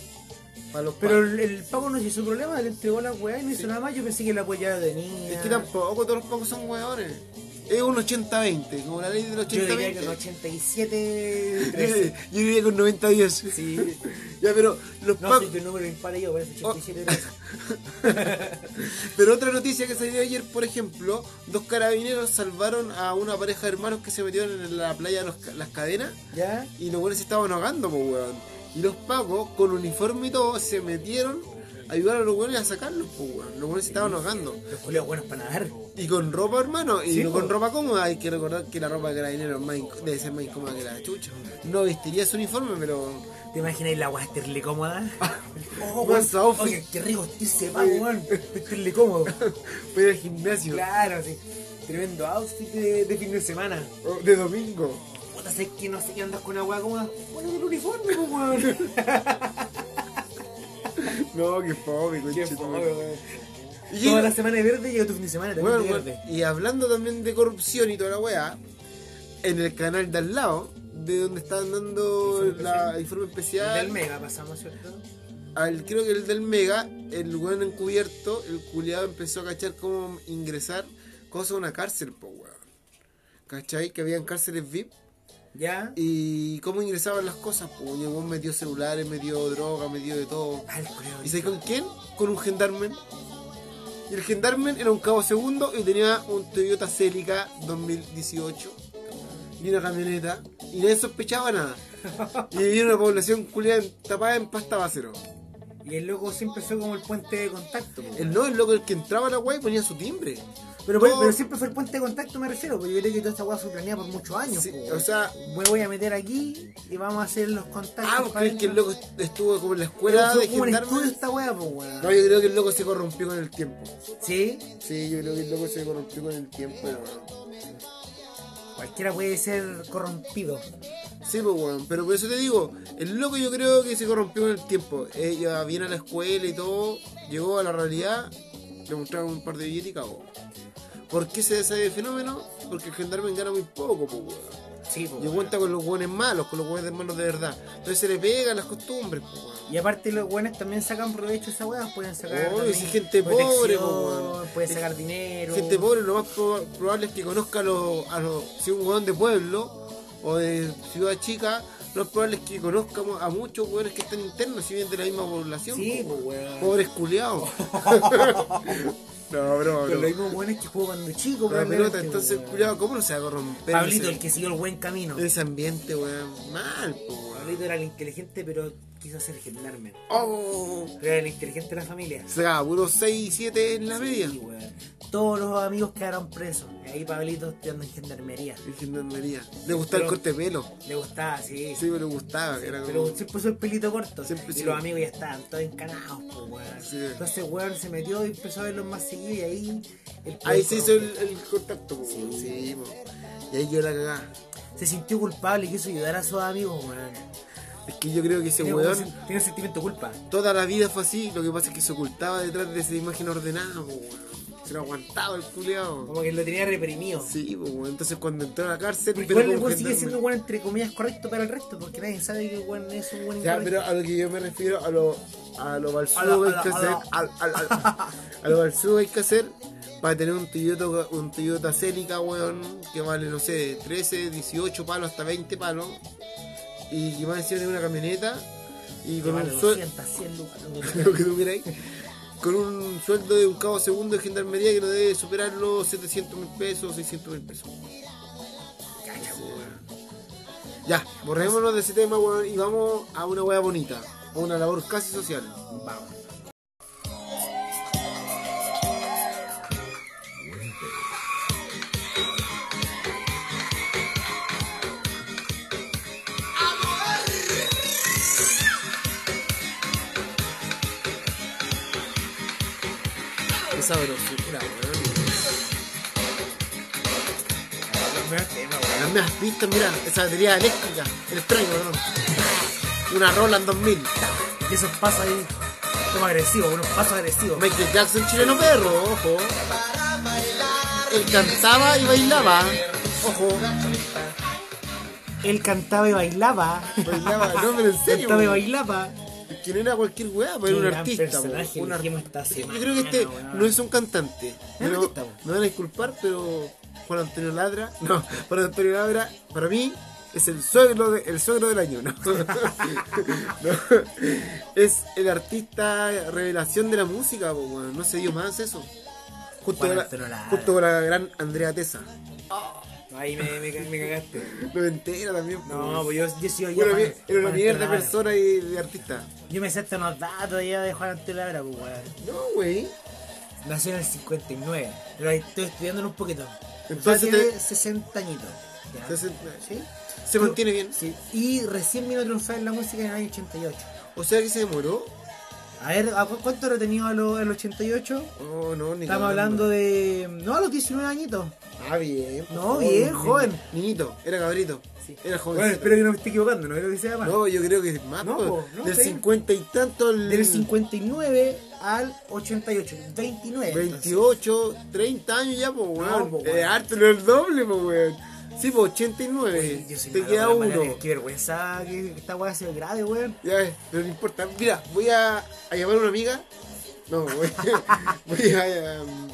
S2: Para los
S1: Pero
S2: pacos.
S1: el, el Paco no se hizo problema, le entregó la weá y no hizo nada más. Yo pensé que la weá ya la tenía.
S2: Es que tampoco todos los pacos son weones. Es un 80-20, como la ley del
S1: Yo diría que un
S2: 80-20.
S1: 87.
S2: Yo
S1: 13.
S2: diría que un 90-10.
S1: Sí.
S2: Ya, pero los
S1: No
S2: pacos.
S1: sé qué número impar yo, parece 87. 13.
S2: Pero otra noticia que salió ayer, por ejemplo, dos carabineros salvaron a una pareja de hermanos que se metieron en la playa de los ca- las cadenas
S1: ¿Ya?
S2: y los buenos se estaban ahogando, pues weón. Y los pacos, con uniforme y todo, se metieron, ayudaron a los buenos a sacarlos, pues weón. Los buenos se estaban ahogando.
S1: Los culiados buenos para nadar.
S2: Y con ropa, hermano, y
S1: Sí,
S2: no con
S1: po.
S2: ropa cómoda, hay que recordar que la ropa de carabinero es más inc- debe ser más incómoda que la de chucha. No vestiría su uniforme, pero
S1: ¿Te imaginas la weá estirle cómoda? Oh,
S2: Buen outfit.
S1: Oye, qué rico vestirse, va, weón. Estirle cómodo.
S2: fue al gimnasio
S1: Claro, sí. Tremendo outfit de, de fin de semana.
S2: o Oh, de domingo.
S1: Puta, sé que no sé qué andas con agua cómoda. Bueno, con uniforme, po, weón.
S2: No, qué fome,
S1: Qué
S2: conchetumare.
S1: fome, weón.
S2: Y-
S1: Toda la semana de verde llega tu fin de semana también
S2: Bueno,
S1: de
S2: bueno,
S1: verde.
S2: y hablando también de corrupción y toda la weá, en el canal de al lado, de donde están dando
S1: Informe
S2: la
S1: especial.
S2: informe
S1: El
S2: especial,
S1: Del mega pasamos, ¿cierto?
S2: al, creo que el del Mega, el weón encubierto, el culiado empezó a cachar cómo ingresar cosas a una cárcel, po weón. ¿Cachai? Que habían cárceles VIP
S1: ¿Ya?
S2: y cómo ingresaban las cosas, po. Y el weón metió celulares, metió droga, metió de todo.
S1: Al Ah, culiao.
S2: ¿Y sabes con quién? Con un gendarme. Y el gendarme era un cabo segundo y tenía un Toyota Celica 2018 y una camioneta. Y nadie sospechaba nada. Y vivía en una población culiada en- tapada en pasta bacero.
S1: Y el loco siempre fue como el puente de contacto. po, weón.
S2: El no, el loco, el que entraba a la guay ponía su timbre.
S1: Pero, pero,
S2: No.
S1: pero siempre fue el puente de contacto, me refiero, porque yo creo que toda esta hueá fue planeada por muchos años.
S2: Sí,
S1: po,
S2: o
S1: weón.
S2: sea,
S1: me voy a meter aquí y vamos a hacer los contactos.
S2: ah, ¿vos
S1: para
S2: crees que el
S1: adentro?
S2: loco estuvo como en la
S1: Pero
S2: escuela
S1: fue
S2: de
S1: como un estudio
S2: gendarme?
S1: esta hueá, po, weón.
S2: No, yo creo que el loco se corrompió con el tiempo.
S1: Sí,
S2: Sí, yo creo que el loco se corrompió con el tiempo, hermano.
S1: cualquiera puede ser corrompido.
S2: Sí, pues, weón. Pero por eso te digo, el loco yo creo que se corrompió en el tiempo. Ella viene a la escuela y todo, llegó a la realidad, le mostraron un par de billetes y cagó. ¿Por qué se deshace el fenómeno? Porque el gendarme gana muy poco, pues, weón.
S1: Sí, po,
S2: Y
S1: weón.
S2: cuenta con los weones malos, con los weones malos de verdad. Entonces se le pegan las costumbres, pues, weón.
S1: Y aparte los buenos también sacan provecho de esa weá, pueden sacar
S2: Obvio,
S1: también
S2: si gente pobre, po,
S1: protección,
S2: weón.
S1: pueden sacar dinero.
S2: Gente pobre, lo más proba- probable es que conozca a los, a los- Si es un weón de pueblo o de ciudad chica, lo más probable es que conozca a muchos weones que están internos, si vienen de la misma población.
S1: Sí,
S2: po,
S1: po,
S2: weón.
S1: weón.
S2: Pobres culiados. no, bro,
S1: Pero
S2: bro.
S1: lo mismo buenos que jugó cuando chico,
S2: La
S1: probablemente,
S2: pelota, entonces,
S1: weón.
S2: culiado, ¿cómo no se va a corromper?
S1: Pablito,
S2: ese,
S1: el que siguió el buen camino.
S2: ese ambiente, weón. Mal, po, weón.
S1: Pablito era el inteligente, pero quiso ser gendarme.
S2: Oh,
S1: Pero era el inteligente de la familia.
S2: se acaba, puro 6 y 7 en la media.
S1: Sí, weón. Todos los amigos quedaron presos. Y ahí Pablito estudiando en gendarmería.
S2: En gendarmería. Le gustaba el
S1: Pero-
S2: corte de pelo.
S1: Le gustaba, sí.
S2: Sí, me lo gustaba. Era como...
S1: Pero siempre usó el pelito corto.
S2: Siempre
S1: y
S2: sí.
S1: los amigos ya estaban todos encanados, po, weón.
S2: Sí.
S1: Entonces, weón se metió y empezó a verlos más seguido. Y ahí. el
S2: Ahí
S1: poder
S2: se hizo el,
S1: corrompe.
S2: el contacto, po,
S1: Sí.
S2: sí, po. Y ahí quedó la cagada.
S1: Se sintió culpable y quiso ayudar a sus amigos, weón.
S2: Es que yo creo que ese
S1: Tiene
S2: weón
S1: un sen- tiene un sentimiento de culpa.
S2: toda la vida fue así. Lo que pasa es que se ocultaba detrás de esa imagen ordenada, po, weón. Se lo aguantaba el culeado.
S1: Como que lo tenía reprimido.
S2: Sí, po, weón. Entonces cuando entró a la cárcel,
S1: Pero igual el
S2: como
S1: weón sigue
S2: gendarme.
S1: siendo un weón entre comillas correcto para el resto, porque nadie sabe que el weón es un buen
S2: Ya, pero
S1: incorrecto.
S2: a lo que yo me refiero, a lo, a lo
S1: A lo-
S2: balsudo
S1: a
S2: que hay que
S1: lo- a
S2: hacer,
S1: lo-
S2: al- al- al- a lo balsudo que hay que hacer para tener un Toyota, un Toyota Celica, weón, que vale, no sé, 13, 18 palos, hasta 20 palos, y que más encima tiene una camioneta, y
S1: Que
S2: con
S1: vale
S2: un sueldo,
S1: 200, 100 lucas, lo que sea.
S2: lo que tú queráis, con un sueldo de un cabo segundo de gendarmería que no debe superar los 700 mil pesos, 600 mil pesos.
S1: Cacha, weón.
S2: Ya, borrémonos de ese tema, weón, y vamos a una weá bonita, a una labor casi social.
S1: Vamos.
S2: Qué sabrosura, weón. Las mismas pistas, mira, esa batería eléctrica, el extraño, weón. Una Roland 2000.
S1: Eso pasa ahí. Toma agresivo, unos pasos agresivos.
S2: Michael Jackson, chileno perro, ojo. Él cantaba y bailaba, ojo.
S1: Él cantaba y bailaba.
S2: Bailaba, no, pero en serio.
S1: Cantaba y
S2: weón.
S1: bailaba.
S2: Que no era cualquier weá, pero
S1: Qué
S2: era un
S1: gran
S2: artista.
S1: personaje,
S2: weón, un
S1: dijimos
S2: artista.
S1: esta
S2: Yo
S1: semana,
S2: creo que este
S1: weón.
S2: no es un cantante.
S1: Es un
S2: Pero
S1: artista, weón.
S2: me van a disculpar, pero Juan Antonio Ladra, no, Juan Antonio Ladra, para mí es el suegro, de- el suegro del año, ¿no? No. Es el artista revelación de la música, po, weón. no se dio más eso. Justo,
S1: Juan
S2: con la,
S1: Antonio Ladra.
S2: justo con la gran Andrea Tesa.
S1: Ahí me, me, me cagaste.
S2: Lo entera también. po,
S1: No,
S2: weón.
S1: pues yo, yo soy yo.
S2: Era una
S1: Juan-
S2: mier- era una
S1: Juan
S2: mierda de
S1: Antonio Lara.
S2: persona y de artista.
S1: Yo me sé hasta unos datos ya de Juan Antonio Lara, pues, weón.
S2: No, güey.
S1: Nació en el 59. Pero ahí estoy estudiándolo un poquito.
S2: Entonces
S1: Entonces tiene
S2: te-
S1: 60 añitos. ya.
S2: Entonces,
S1: ¿Sí?
S2: Se mantiene bien.
S1: Sí. Y recién vino a triunfar en la música en el año 88.
S2: O sea que se demoró.
S1: A ver, ¿a cu- ¿cuánto lo tenía a lo- el 88?
S2: Oh, no, ni
S1: Estamos hablando de. No, a los 19 añitos.
S2: Ah, bien.
S1: No, bien, joven.
S2: Niñito, era cabrito.
S1: Sí.
S2: Era joven.
S1: Bueno, espero que no me esté equivocando, no creo que sea más.
S2: No, yo creo que es más.
S1: No,
S2: po.
S1: po, no,
S2: Del
S1: sí.
S2: 50 y tanto al.
S1: Del 59 al 88. 29. entonces.
S2: 28, 30 años ya, pues, weón.
S1: po, weón.
S2: Eh, harto, no el doble, pues, weón. Sí, pues, 89.
S1: Yo soy
S2: Te
S1: malo
S2: queda
S1: para
S2: uno.
S1: las maneras, Qué vergüenza que esta weá sea grave, weón.
S2: Ya ves, pero no importa. Mira, voy a, a llamar a una amiga. No, voy, voy a, um,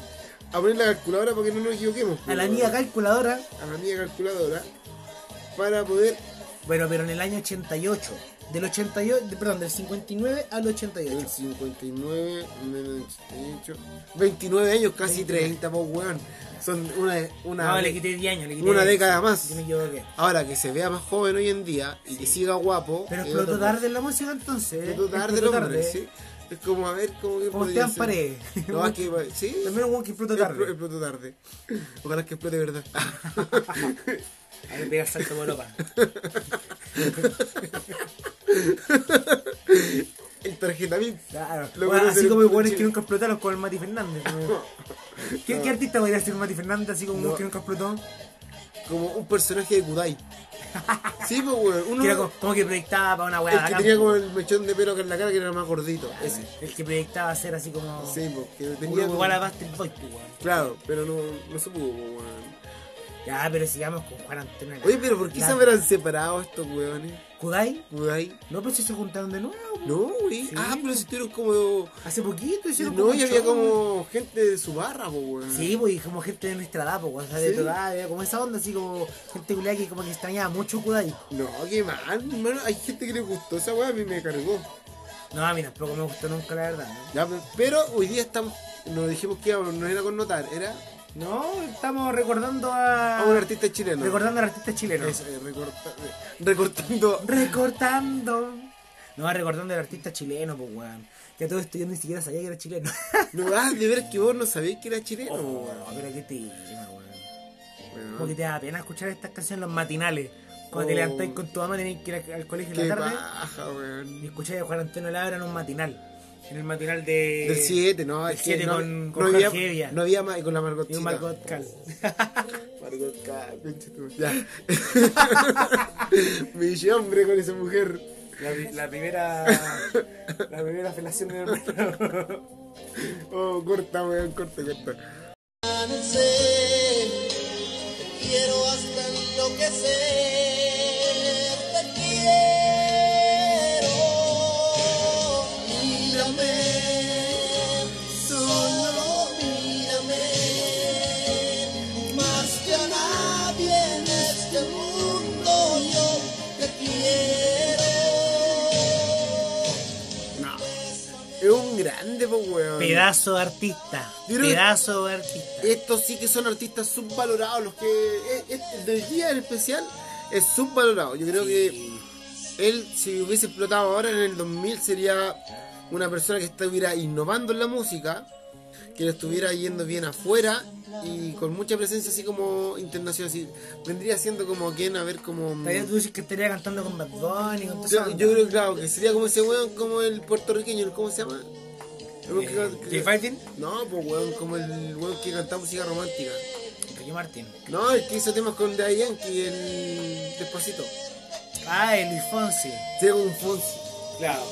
S2: a poner la calculadora para que no nos equivoquemos.
S1: A la
S2: pero-
S1: amiga calculadora.
S2: A la amiga calculadora. Para poder.
S1: Bueno, pero en el año 88. Del 88, de- perdón, del 59 al
S2: El
S1: 88.
S2: 59 menos 88. 29 años, casi 30, pues, weón. Son una. una
S1: no, le quité 10 años, le quité
S2: una
S1: 10.
S2: década más.
S1: Yo me equivoqué.
S2: Ahora que se vea más joven hoy en día y que siga guapo.
S1: Pero
S2: es
S1: explotó
S2: otra cosa.
S1: tarde en la música entonces. ¿eh?
S2: Explotó tarde, el
S1: Explotó
S2: hombre, sí. Es como a ver cómo. que
S1: Como
S2: podría
S1: Esteban
S2: ser.
S1: Paredes.
S2: No, es que. Sí.
S1: También un weón que explotó
S2: Explo-
S1: tarde.
S2: Explotó tarde. Ojalá que explote de verdad.
S1: Ahí pega el salto por Europa.
S2: El tarjetamiento.
S1: Claro.
S2: Lo
S1: Bueno,
S2: bueno
S1: así
S2: del-
S1: como
S2: del
S1: igual es que
S2: Chile.
S1: nunca explotaron con el Mati Fernández. ¿no? ¿Qué, qué artista podría ser Mati Fernández así como un
S2: No.
S1: que nunca explotó?
S2: Como un personaje de Kudai. Sí, pues, weón. Uno
S1: Que era como, como que proyectaba para una weá.
S2: el que
S1: bacán,
S2: tenía
S1: po.
S2: como el mechón de pelo acá en la cara que era más gordito. Ese.
S1: El que proyectaba ser así como.
S2: Sí, pues, que tenía.
S1: Tenía
S2: como-
S1: igual a Bastard Boy, po, weón.
S2: Claro, pero no, no se pudo, pues, weón.
S1: Ya, pero sigamos con Juan Antonio. Lara.
S2: Oye, pero ¿por qué se
S1: Lara.
S2: habrán separado estos weones?
S1: ¿Kudai?
S2: Kudai.
S1: No, pero si se juntaron de nuevo. po.
S2: No, güey.
S1: Sí.
S2: Ah, pero si estuvieron como.
S1: Hace poquito hicieron
S2: No,
S1: como
S2: y
S1: un
S2: había
S1: show.
S2: como gente de su barra, pues, weón.
S1: Sí, pues, y como gente de nuestra edad, pues, o sea, de
S2: Sí.
S1: tu edad, había como esa onda, así como gente culiada que como que extrañaba mucho Kudai.
S2: No, qué mal, hermano. Hay gente que le gustó esa weá, a mí me cargó.
S1: No, a mí tampoco me gustó nunca, la verdad.
S2: Ya, pe- pero hoy día estamos, nos dijimos que íbamos- no era con notar, era
S1: No, No, estamos recordando a.
S2: a un artista chileno.
S1: Ah, Recordando al artista chileno.
S2: Eso, eh, recorta- eh, recortando.
S1: Recortando. No, recordando al artista chileno, pues, weón. Ya todo esto yo ni siquiera sabía que era chileno.
S2: No, ah, de ver que vos no sabías que era chileno.
S1: Oh,
S2: weón.
S1: pero qué tema, weón.
S2: Bueno,
S1: Como que te da pena escuchar estas canciones en los matinales. Cuando te
S2: Oh.
S1: levantáis con tu mamá, tenés que ir al- al colegio en
S2: qué
S1: la tarde.
S2: baja,
S1: Y
S2: weón.
S1: escucháis a Juan Antonio Labra en un matinal. En el matinal de.
S2: Del 7, no,
S1: Eh, del
S2: es que
S1: 7
S2: no,
S1: con,
S2: no
S1: con Jorge
S2: había,
S1: Evia.
S2: no había más, y con la Margot
S1: Y un
S2: Chica.
S1: Margot Cal.
S2: Margot Cal, pinche tú. Ya. Me hice hombre con esa mujer.
S1: La, la primera. la primera felación de
S2: Oh, corta, weón, corta, corta.
S4: Quiero hasta enloquecer, te quiero. Mírame, solo mírame. Más que a nadie en este mundo yo te quiero.
S2: No. Es un grande, pues, weón.
S1: Pedazo de artista.
S2: Yo creo que-
S1: Pedazo de artista.
S2: Estos sí que son artistas subvalorados, los que eh, este del día en especial es subvalorado. Yo creo que él si hubiese explotado ahora en el 2000 sería una persona que estuviera innovando en la música, que le estuviera yendo bien afuera y con mucha presencia así como internacional, así vendría siendo como quien a ver como
S1: Todavía tú dices que estaría cantando con Bad Bunny, con todo
S2: yo, yo creo claro que sería como ese weón como el puertorriqueño, el- ¿cómo se llama? El weón que-
S1: ¿Jay Fighting?
S2: no, pues weón, como el weón que canta música romántica.
S1: Ricky Martin.
S2: No, el que hizo temas con Daddy Yankee, el Despacito.
S1: Ah, el Luis Fonsi.
S2: Tiene un Fonsi.
S1: Claro.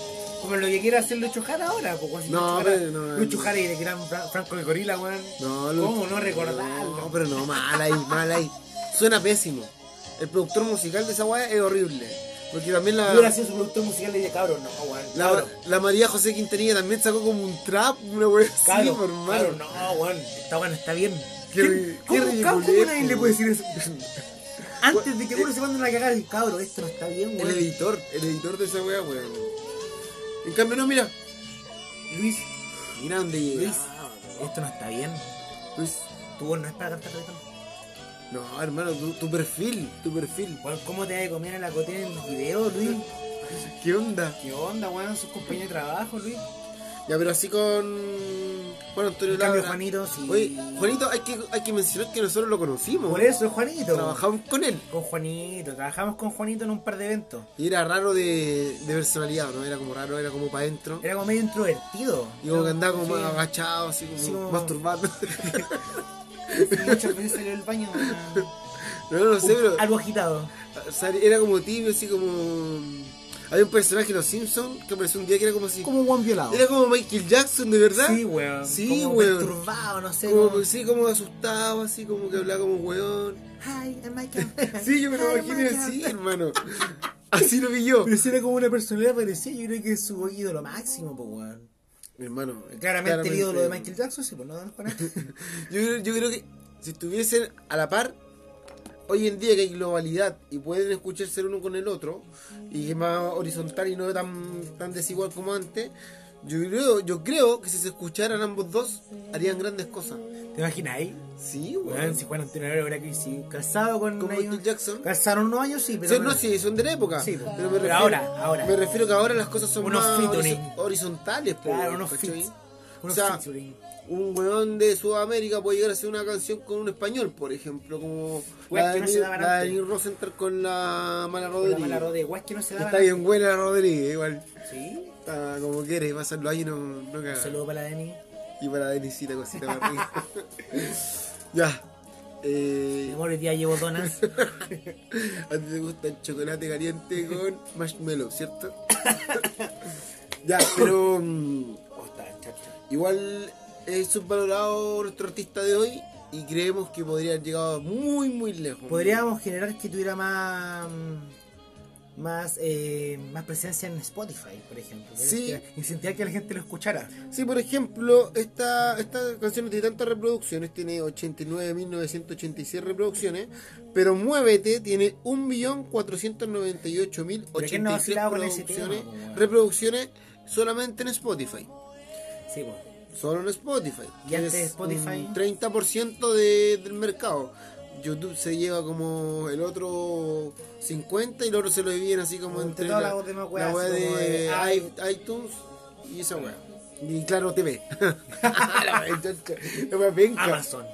S1: Como lo que quiere hacer Lucho Jara ahora, pues, weón. Si
S2: No,
S1: Lucho Jara,
S2: pero no,
S1: Lucho
S2: no.
S1: Jara y el gran Fra- Franco el Gorila, weón.
S2: No, Lucho-
S1: ¿Cómo no recordarlo?
S2: No, pero no, mal ahí, mal ahí. Suena pésimo. El productor musical de esa weá es horrible. Porque también la.
S1: Yo hubiera sido su productor musical y de cabrón, no, weón.
S2: La,
S1: Cabrón,
S2: la María José Quintanilla también sacó como un trap, una weá así,
S1: cabrón,
S2: por mal.
S1: cabrón, no, weón. Está bueno, está bien.
S2: Qué ri-
S1: ¿Cómo,
S2: qué
S1: cómo- cómo nadie
S2: ridiculez,
S1: le puede decir eso? Antes de que uno se mande una cagada, dice, cabrón, esto no está bien,
S2: El
S1: weón.
S2: editor, el editor de esa weá, weón. En cambio, no, mira.
S1: Luis,
S2: Mira dónde llega.
S1: Luis, esto no está bien.
S2: Luis.
S1: Tú, weón, no es para cantar reggaetón.
S2: No, hermano, tu, tu perfil, tu perfil.
S1: Weón, ¿cómo te va a comer a la cotina en los videos, Luis?
S2: ¿Qué onda?
S1: ¿Qué onda, weón? Sus compañeros de trabajo, Luis.
S2: Ya, pero así con. Bueno, Antonio
S1: En cambio,
S2: Labra.
S1: Juanito, sí.
S2: Oye, Juanito, hay que, hay que mencionar que nosotros lo conocimos.
S1: Por eso, Juanito.
S2: Trabajamos con él.
S1: Con Juanito, trabajamos con Juanito en un par de eventos.
S2: Y era raro de, de personalidad, ¿no? Era como raro, era como para adentro.
S1: Era como medio introvertido.
S2: Y como que andaba como
S1: Sí.
S2: más agachado, así como,
S1: Sí, como-
S2: masturbando.
S1: Muchas veces salió del baño. weón.
S2: no, no sé, pero
S1: Algo agitado.
S2: sal- era como tibio, así como... Había un personaje en Los Simpsons que apareció un día que era como así...
S1: Como un violado.
S2: Era como Michael Jackson, de verdad.
S1: Sí, weón.
S2: Sí,
S1: como
S2: weón.
S1: perturbado, no sé.
S2: Como, pues-
S1: como-
S2: sí, como asustado, así como que hablaba como un weón.
S1: Hi, I'm Michael.
S2: Sí, yo me lo
S1: Hi,
S2: imaginé
S1: Michael.
S2: así, hermano. Así lo vi yo.
S1: Pero si era como una personalidad parecida, yo creo que es su ídolo máximo, pues, weón.
S2: Mi hermano.
S1: Claramente, el ídolo de Michael Jackson, sí, pues no, no, para nada.
S2: Yo, creo- yo creo que si estuviesen a la par, hoy en día que hay globalidad y pueden escucharse el uno con el otro, y que es más horizontal y no tan, tan desigual como antes, yo creo, yo creo que si se escucharan ambos dos, harían grandes cosas.
S1: ¿Te imaginas ahí?
S2: Sí,
S1: Weón, si Juan Antonio Herrera hubiera que sí, casado con.
S2: Con
S1: ahí-
S2: Michael Jackson.
S1: Casaron unos años, sí, pero.
S2: O sea, no, sí, son de la época.
S1: Sí, pues.
S2: pero, me
S1: Pero
S2: refiero,
S1: ahora, ahora.
S2: Me refiero que ahora las cosas son
S1: Unos
S2: más
S1: featuring.
S2: horiz- horizontales. po,
S1: Claro, unos
S2: ¿cachai?
S1: feats. Unos
S2: o sea,
S1: featuring.
S2: un weón de Sudamérica puede llegar a hacer una canción con un español, por ejemplo, como
S1: Weas que
S2: la de,
S1: no
S2: Neil-
S1: se daban
S2: la de
S1: antes.
S2: Neil Rosenthal con la Mala
S1: Con la
S2: Rodríguez.
S1: mala rodea, weón, que no se daba.
S2: Está bien buena la Rodríguez, igual.
S1: Sí.
S2: Está como quieres, pasan los años no, no caga.
S1: Un saludo para la Dani.
S2: Y para Denisita, cosita más rica. ya. Eh,
S1: Mi amor, hoy día llevo donas.
S2: A ti te gusta el chocolate caliente con marshmallow, ¿cierto? ya, pero mm,
S1: Oh, está, chacha.
S2: igual es subvalorado nuestro artista de hoy y creemos que podría haber llegado muy, muy lejos.
S1: Podríamos generar que tuviera más. mm, Más, eh, más presencia en Spotify, por ejemplo.
S2: Sí.
S1: Que- Incentivar que la gente lo escuchara.
S2: Sí, por ejemplo, esta, esta canción no tiene tantas reproducciones, tiene 89.986 reproducciones, pero Muévete tiene
S1: Pero ¿quién no
S2: 1.498.086
S1: vacilaba con ese tema,
S2: reproducciones,
S1: po, weón?
S2: reproducciones solamente en Spotify.
S1: Sí, bueno.
S2: Solo en Spotify.
S1: Y
S2: que
S1: antes
S2: es
S1: Spotify.
S2: Un 30% de- del mercado. YouTube se lleva como el otro 50 y el otro se lo dividen así como
S1: Entre
S2: entre
S1: todas
S2: la,
S1: las demás
S2: la
S1: weas,
S2: wea
S1: así como
S2: de
S1: de
S2: i- iTunes y esa wea. Y claro, TV. la wea, chancha. La wea penca.
S1: Amazon.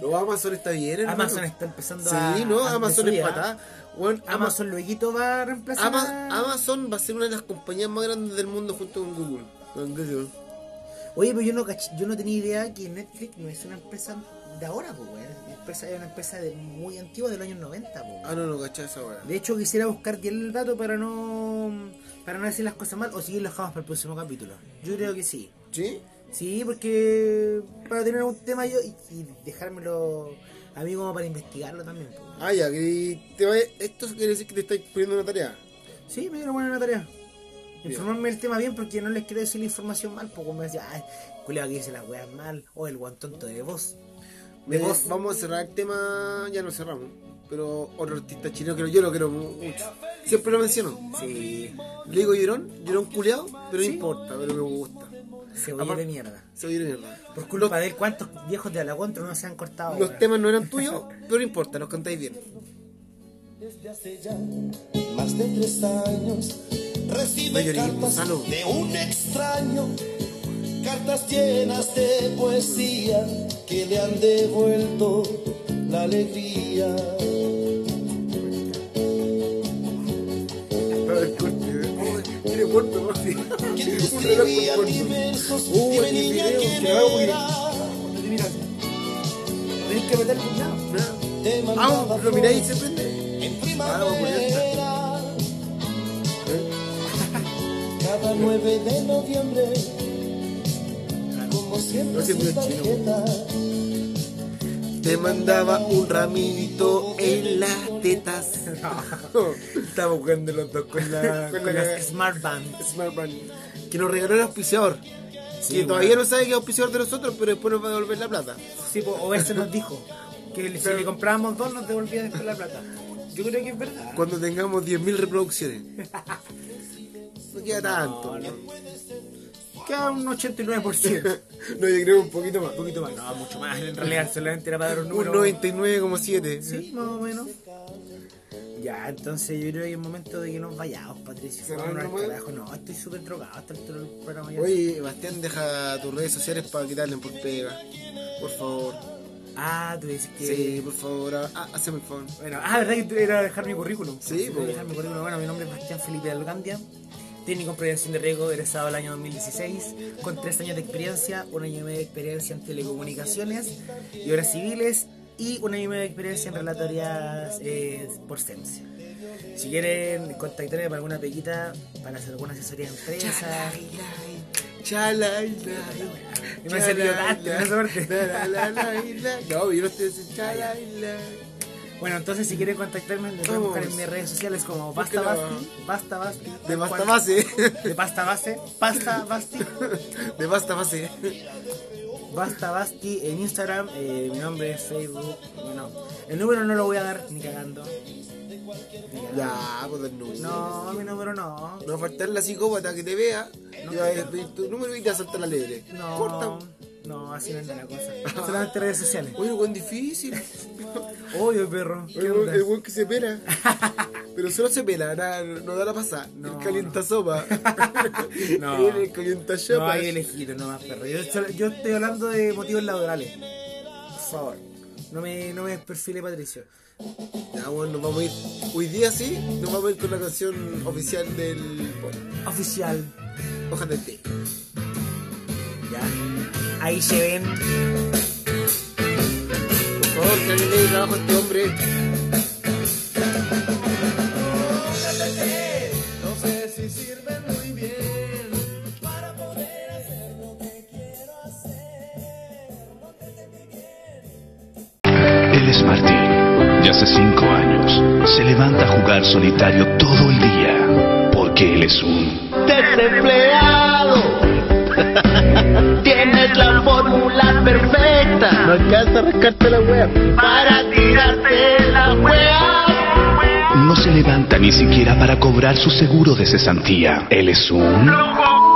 S2: No, Amazon está bien, hermano.
S1: Amazon está empezando a.
S2: Sí, no,
S1: a ¿ah?
S2: Amazon es
S1: desoyar.
S2: patada. Bueno, Amazon,
S1: Amazon luego va a reemplazar. a-
S2: Amazon va a ser una de las compañías más grandes del mundo junto con Google. Con Google.
S1: Oye, pero yo no, cach- yo no tenía idea que Netflix no es una empresa de ahora, pues, weón. Es una empresa- Es una empresa de, muy antigua, de los años 90, pues, weón.
S2: Ah, no, no, cachá esa wea.
S1: De hecho, quisiera buscar bien el dato para no para no decir las cosas mal o seguir las dejamos para el próximo capítulo. Yo creo que sí.
S2: ¿Sí?
S1: Sí, porque para tener un tema yo y, y dejármelo a mí como para investigarlo también. pues, weón.
S2: Ah, ya, que te vaya- esto quiere decir que te estáis poniendo una tarea.
S1: Sí, me dieron buena tarea. Informarme del tema bien porque no les quiero decir la información mal, porque me decía, ay, culiao que dice las weas mal, o el guan tonto de voz.
S2: Me-
S1: De voz.
S2: Vamos a cerrar el tema, ya lo cerramos. Pero otro artista chino que yo lo quiero mu- mucho. Siempre lo menciono.
S1: Sí,
S2: Le digo llorón, llorón culeado, pero
S1: Sí.
S2: no importa, pero me gusta.
S1: cebolla
S2: Aparte-
S1: de mierda.
S2: Se oye de mierda.
S1: Por culpa de él, ¿cuántos viejos de Alacuantro no se han cortado?
S2: Los
S1: weón?
S2: temas no eran tuyos, pero no importa, los cantáis bien.
S4: Desde hace ya más de tres años
S2: No
S4: recibe
S2: llores,
S4: cartas
S2: Gonzalo.
S4: de un extraño, cartas llenas de poesía que le han devuelto la alegría.
S2: A ver, Ah, corte, ¿eh? Tiene corto, ¿no? Sí.
S4: Quien te
S2: Un reloj
S4: escribía
S2: con corte.
S4: diversos,
S2: Uh,
S4: dime
S2: el
S4: niña
S2: video
S4: quién
S2: que hago,
S4: era.
S1: Tenés que meterle un lado.
S4: Te
S2: Ah,
S4: mandaba
S2: lo miráis y
S4: flores
S2: se prende.
S4: en
S2: Ah, vamos, ya
S4: primavera. Cada 9 de noviembre, como siempre,
S2: No se
S4: sin
S2: vio chino.
S4: tarjeta.
S2: Te mandaba un ramito en las tetas.
S1: Estaba buscando los dos con la,
S2: Con
S1: con
S2: la
S1: la
S2: cagada.
S1: Smart Band.
S2: Smart Bunny. Que nos regaló el auspiciador.
S1: Sí,
S2: que
S1: bueno.
S2: todavía no sabe que es auspiciador de nosotros, pero después nos va a devolver la plata.
S1: Sí, po, o eso nos dijo. Que si le comprábamos dos nos devolvía después la plata. Yo creo que es verdad.
S2: Cuando tengamos 10.000 reproducciones. No queda tanto.
S1: No,
S2: No,
S1: Queda un 89%.
S2: yo creo un poquito más.
S1: un poquito más. No, mucho más. En realidad solamente era para dar un
S2: Un
S1: número.
S2: 99,7.
S1: Sí, más o menos. Ya, entonces yo creo que es momento de que nos vayamos, Patricio.
S2: ¿Cerramos
S1: Vámonos al
S2: nomás?
S1: carajo. No, estoy súper drogado hasta el altura del programa. ya.
S2: Oye, Bastián, deja tus redes sociales para quitarle por pega. Por favor.
S1: Ah, tú dices que...
S2: Sí, por favor. Ah, hazme el favor.
S1: Bueno, ah, verdad que tú- era dejar mi currículum.
S2: Sí,
S1: Era
S2: pues.
S1: dejar mi currículum. Bueno, mi nombre es Bastián Felipe Algandia, técnico en prevención de riesgo, egresado el año 2016, con tres años de experiencia, un año y medio de experiencia en telecomunicaciones y obras civiles y un año y medio de experiencia en relatorias eh, por CEMSE. Si quieren contactarme para alguna pequita, para hacer alguna asesoría de empresa,
S2: Chalay,
S1: Y me salió
S2: "Ah,
S1: tanto, me suerte.
S2: No, yo no estoy diciendo chalay,
S1: Bueno, entonces si quieren contactarme, me pueden
S2: Vamos.
S1: buscar en mis redes sociales como Basta
S2: Búsquela.
S1: Basti, Basta Basti.
S2: De basta
S1: Juan-
S2: base.
S1: De Basta Base, Pasta Basti.
S2: De basta base.
S1: Basta Basti en Instagram, eh, mi nombre es Facebook. Bueno, el número no lo voy a dar ni cagando. Ni cagando.
S2: Ya, pues del número.
S1: No, mi número no.
S2: No va a faltar la psicópata que te vea y va a pedir tu número y te va a saltar la lebre.
S1: No,
S2: Corta.
S1: no, así no es la cosa. Solamente redes sociales.
S2: Oye, buen difícil.
S1: Obvio, perro. ¿Qué
S2: Oye,
S1: onda?
S2: el buen que se pela. Pero solo se pela, nada, no da la pasada. el calienta sopa.
S1: No.
S2: El calienta
S1: No
S2: sopa.
S1: hay elegido nomás, perro. Yo, solo- yo estoy hablando de motivos laborales. Por favor, no me, no me desperfile, Patricio.
S2: Ya, bueno, nos vamos a ir. Hoy día sí, nos vamos a ir con la canción oficial del. Bueno,
S1: Oficial.
S2: ojalá esté.
S1: Ya. Ahí se ven.
S2: Por favor, que alguien le dé trabajo a este hombre.
S4: No sé si sirven muy bien.
S5: Él es Martín. Ya hace cinco años. Se levanta a jugar solitario todo el día. Porque él es un.
S6: desempleado. Tienes la fórmula perfecta. No alcanza a rascarte la wea. Para tirarte la wea.
S5: No se levanta ni siquiera para cobrar su seguro de cesantía. Él es un.
S6: Flojo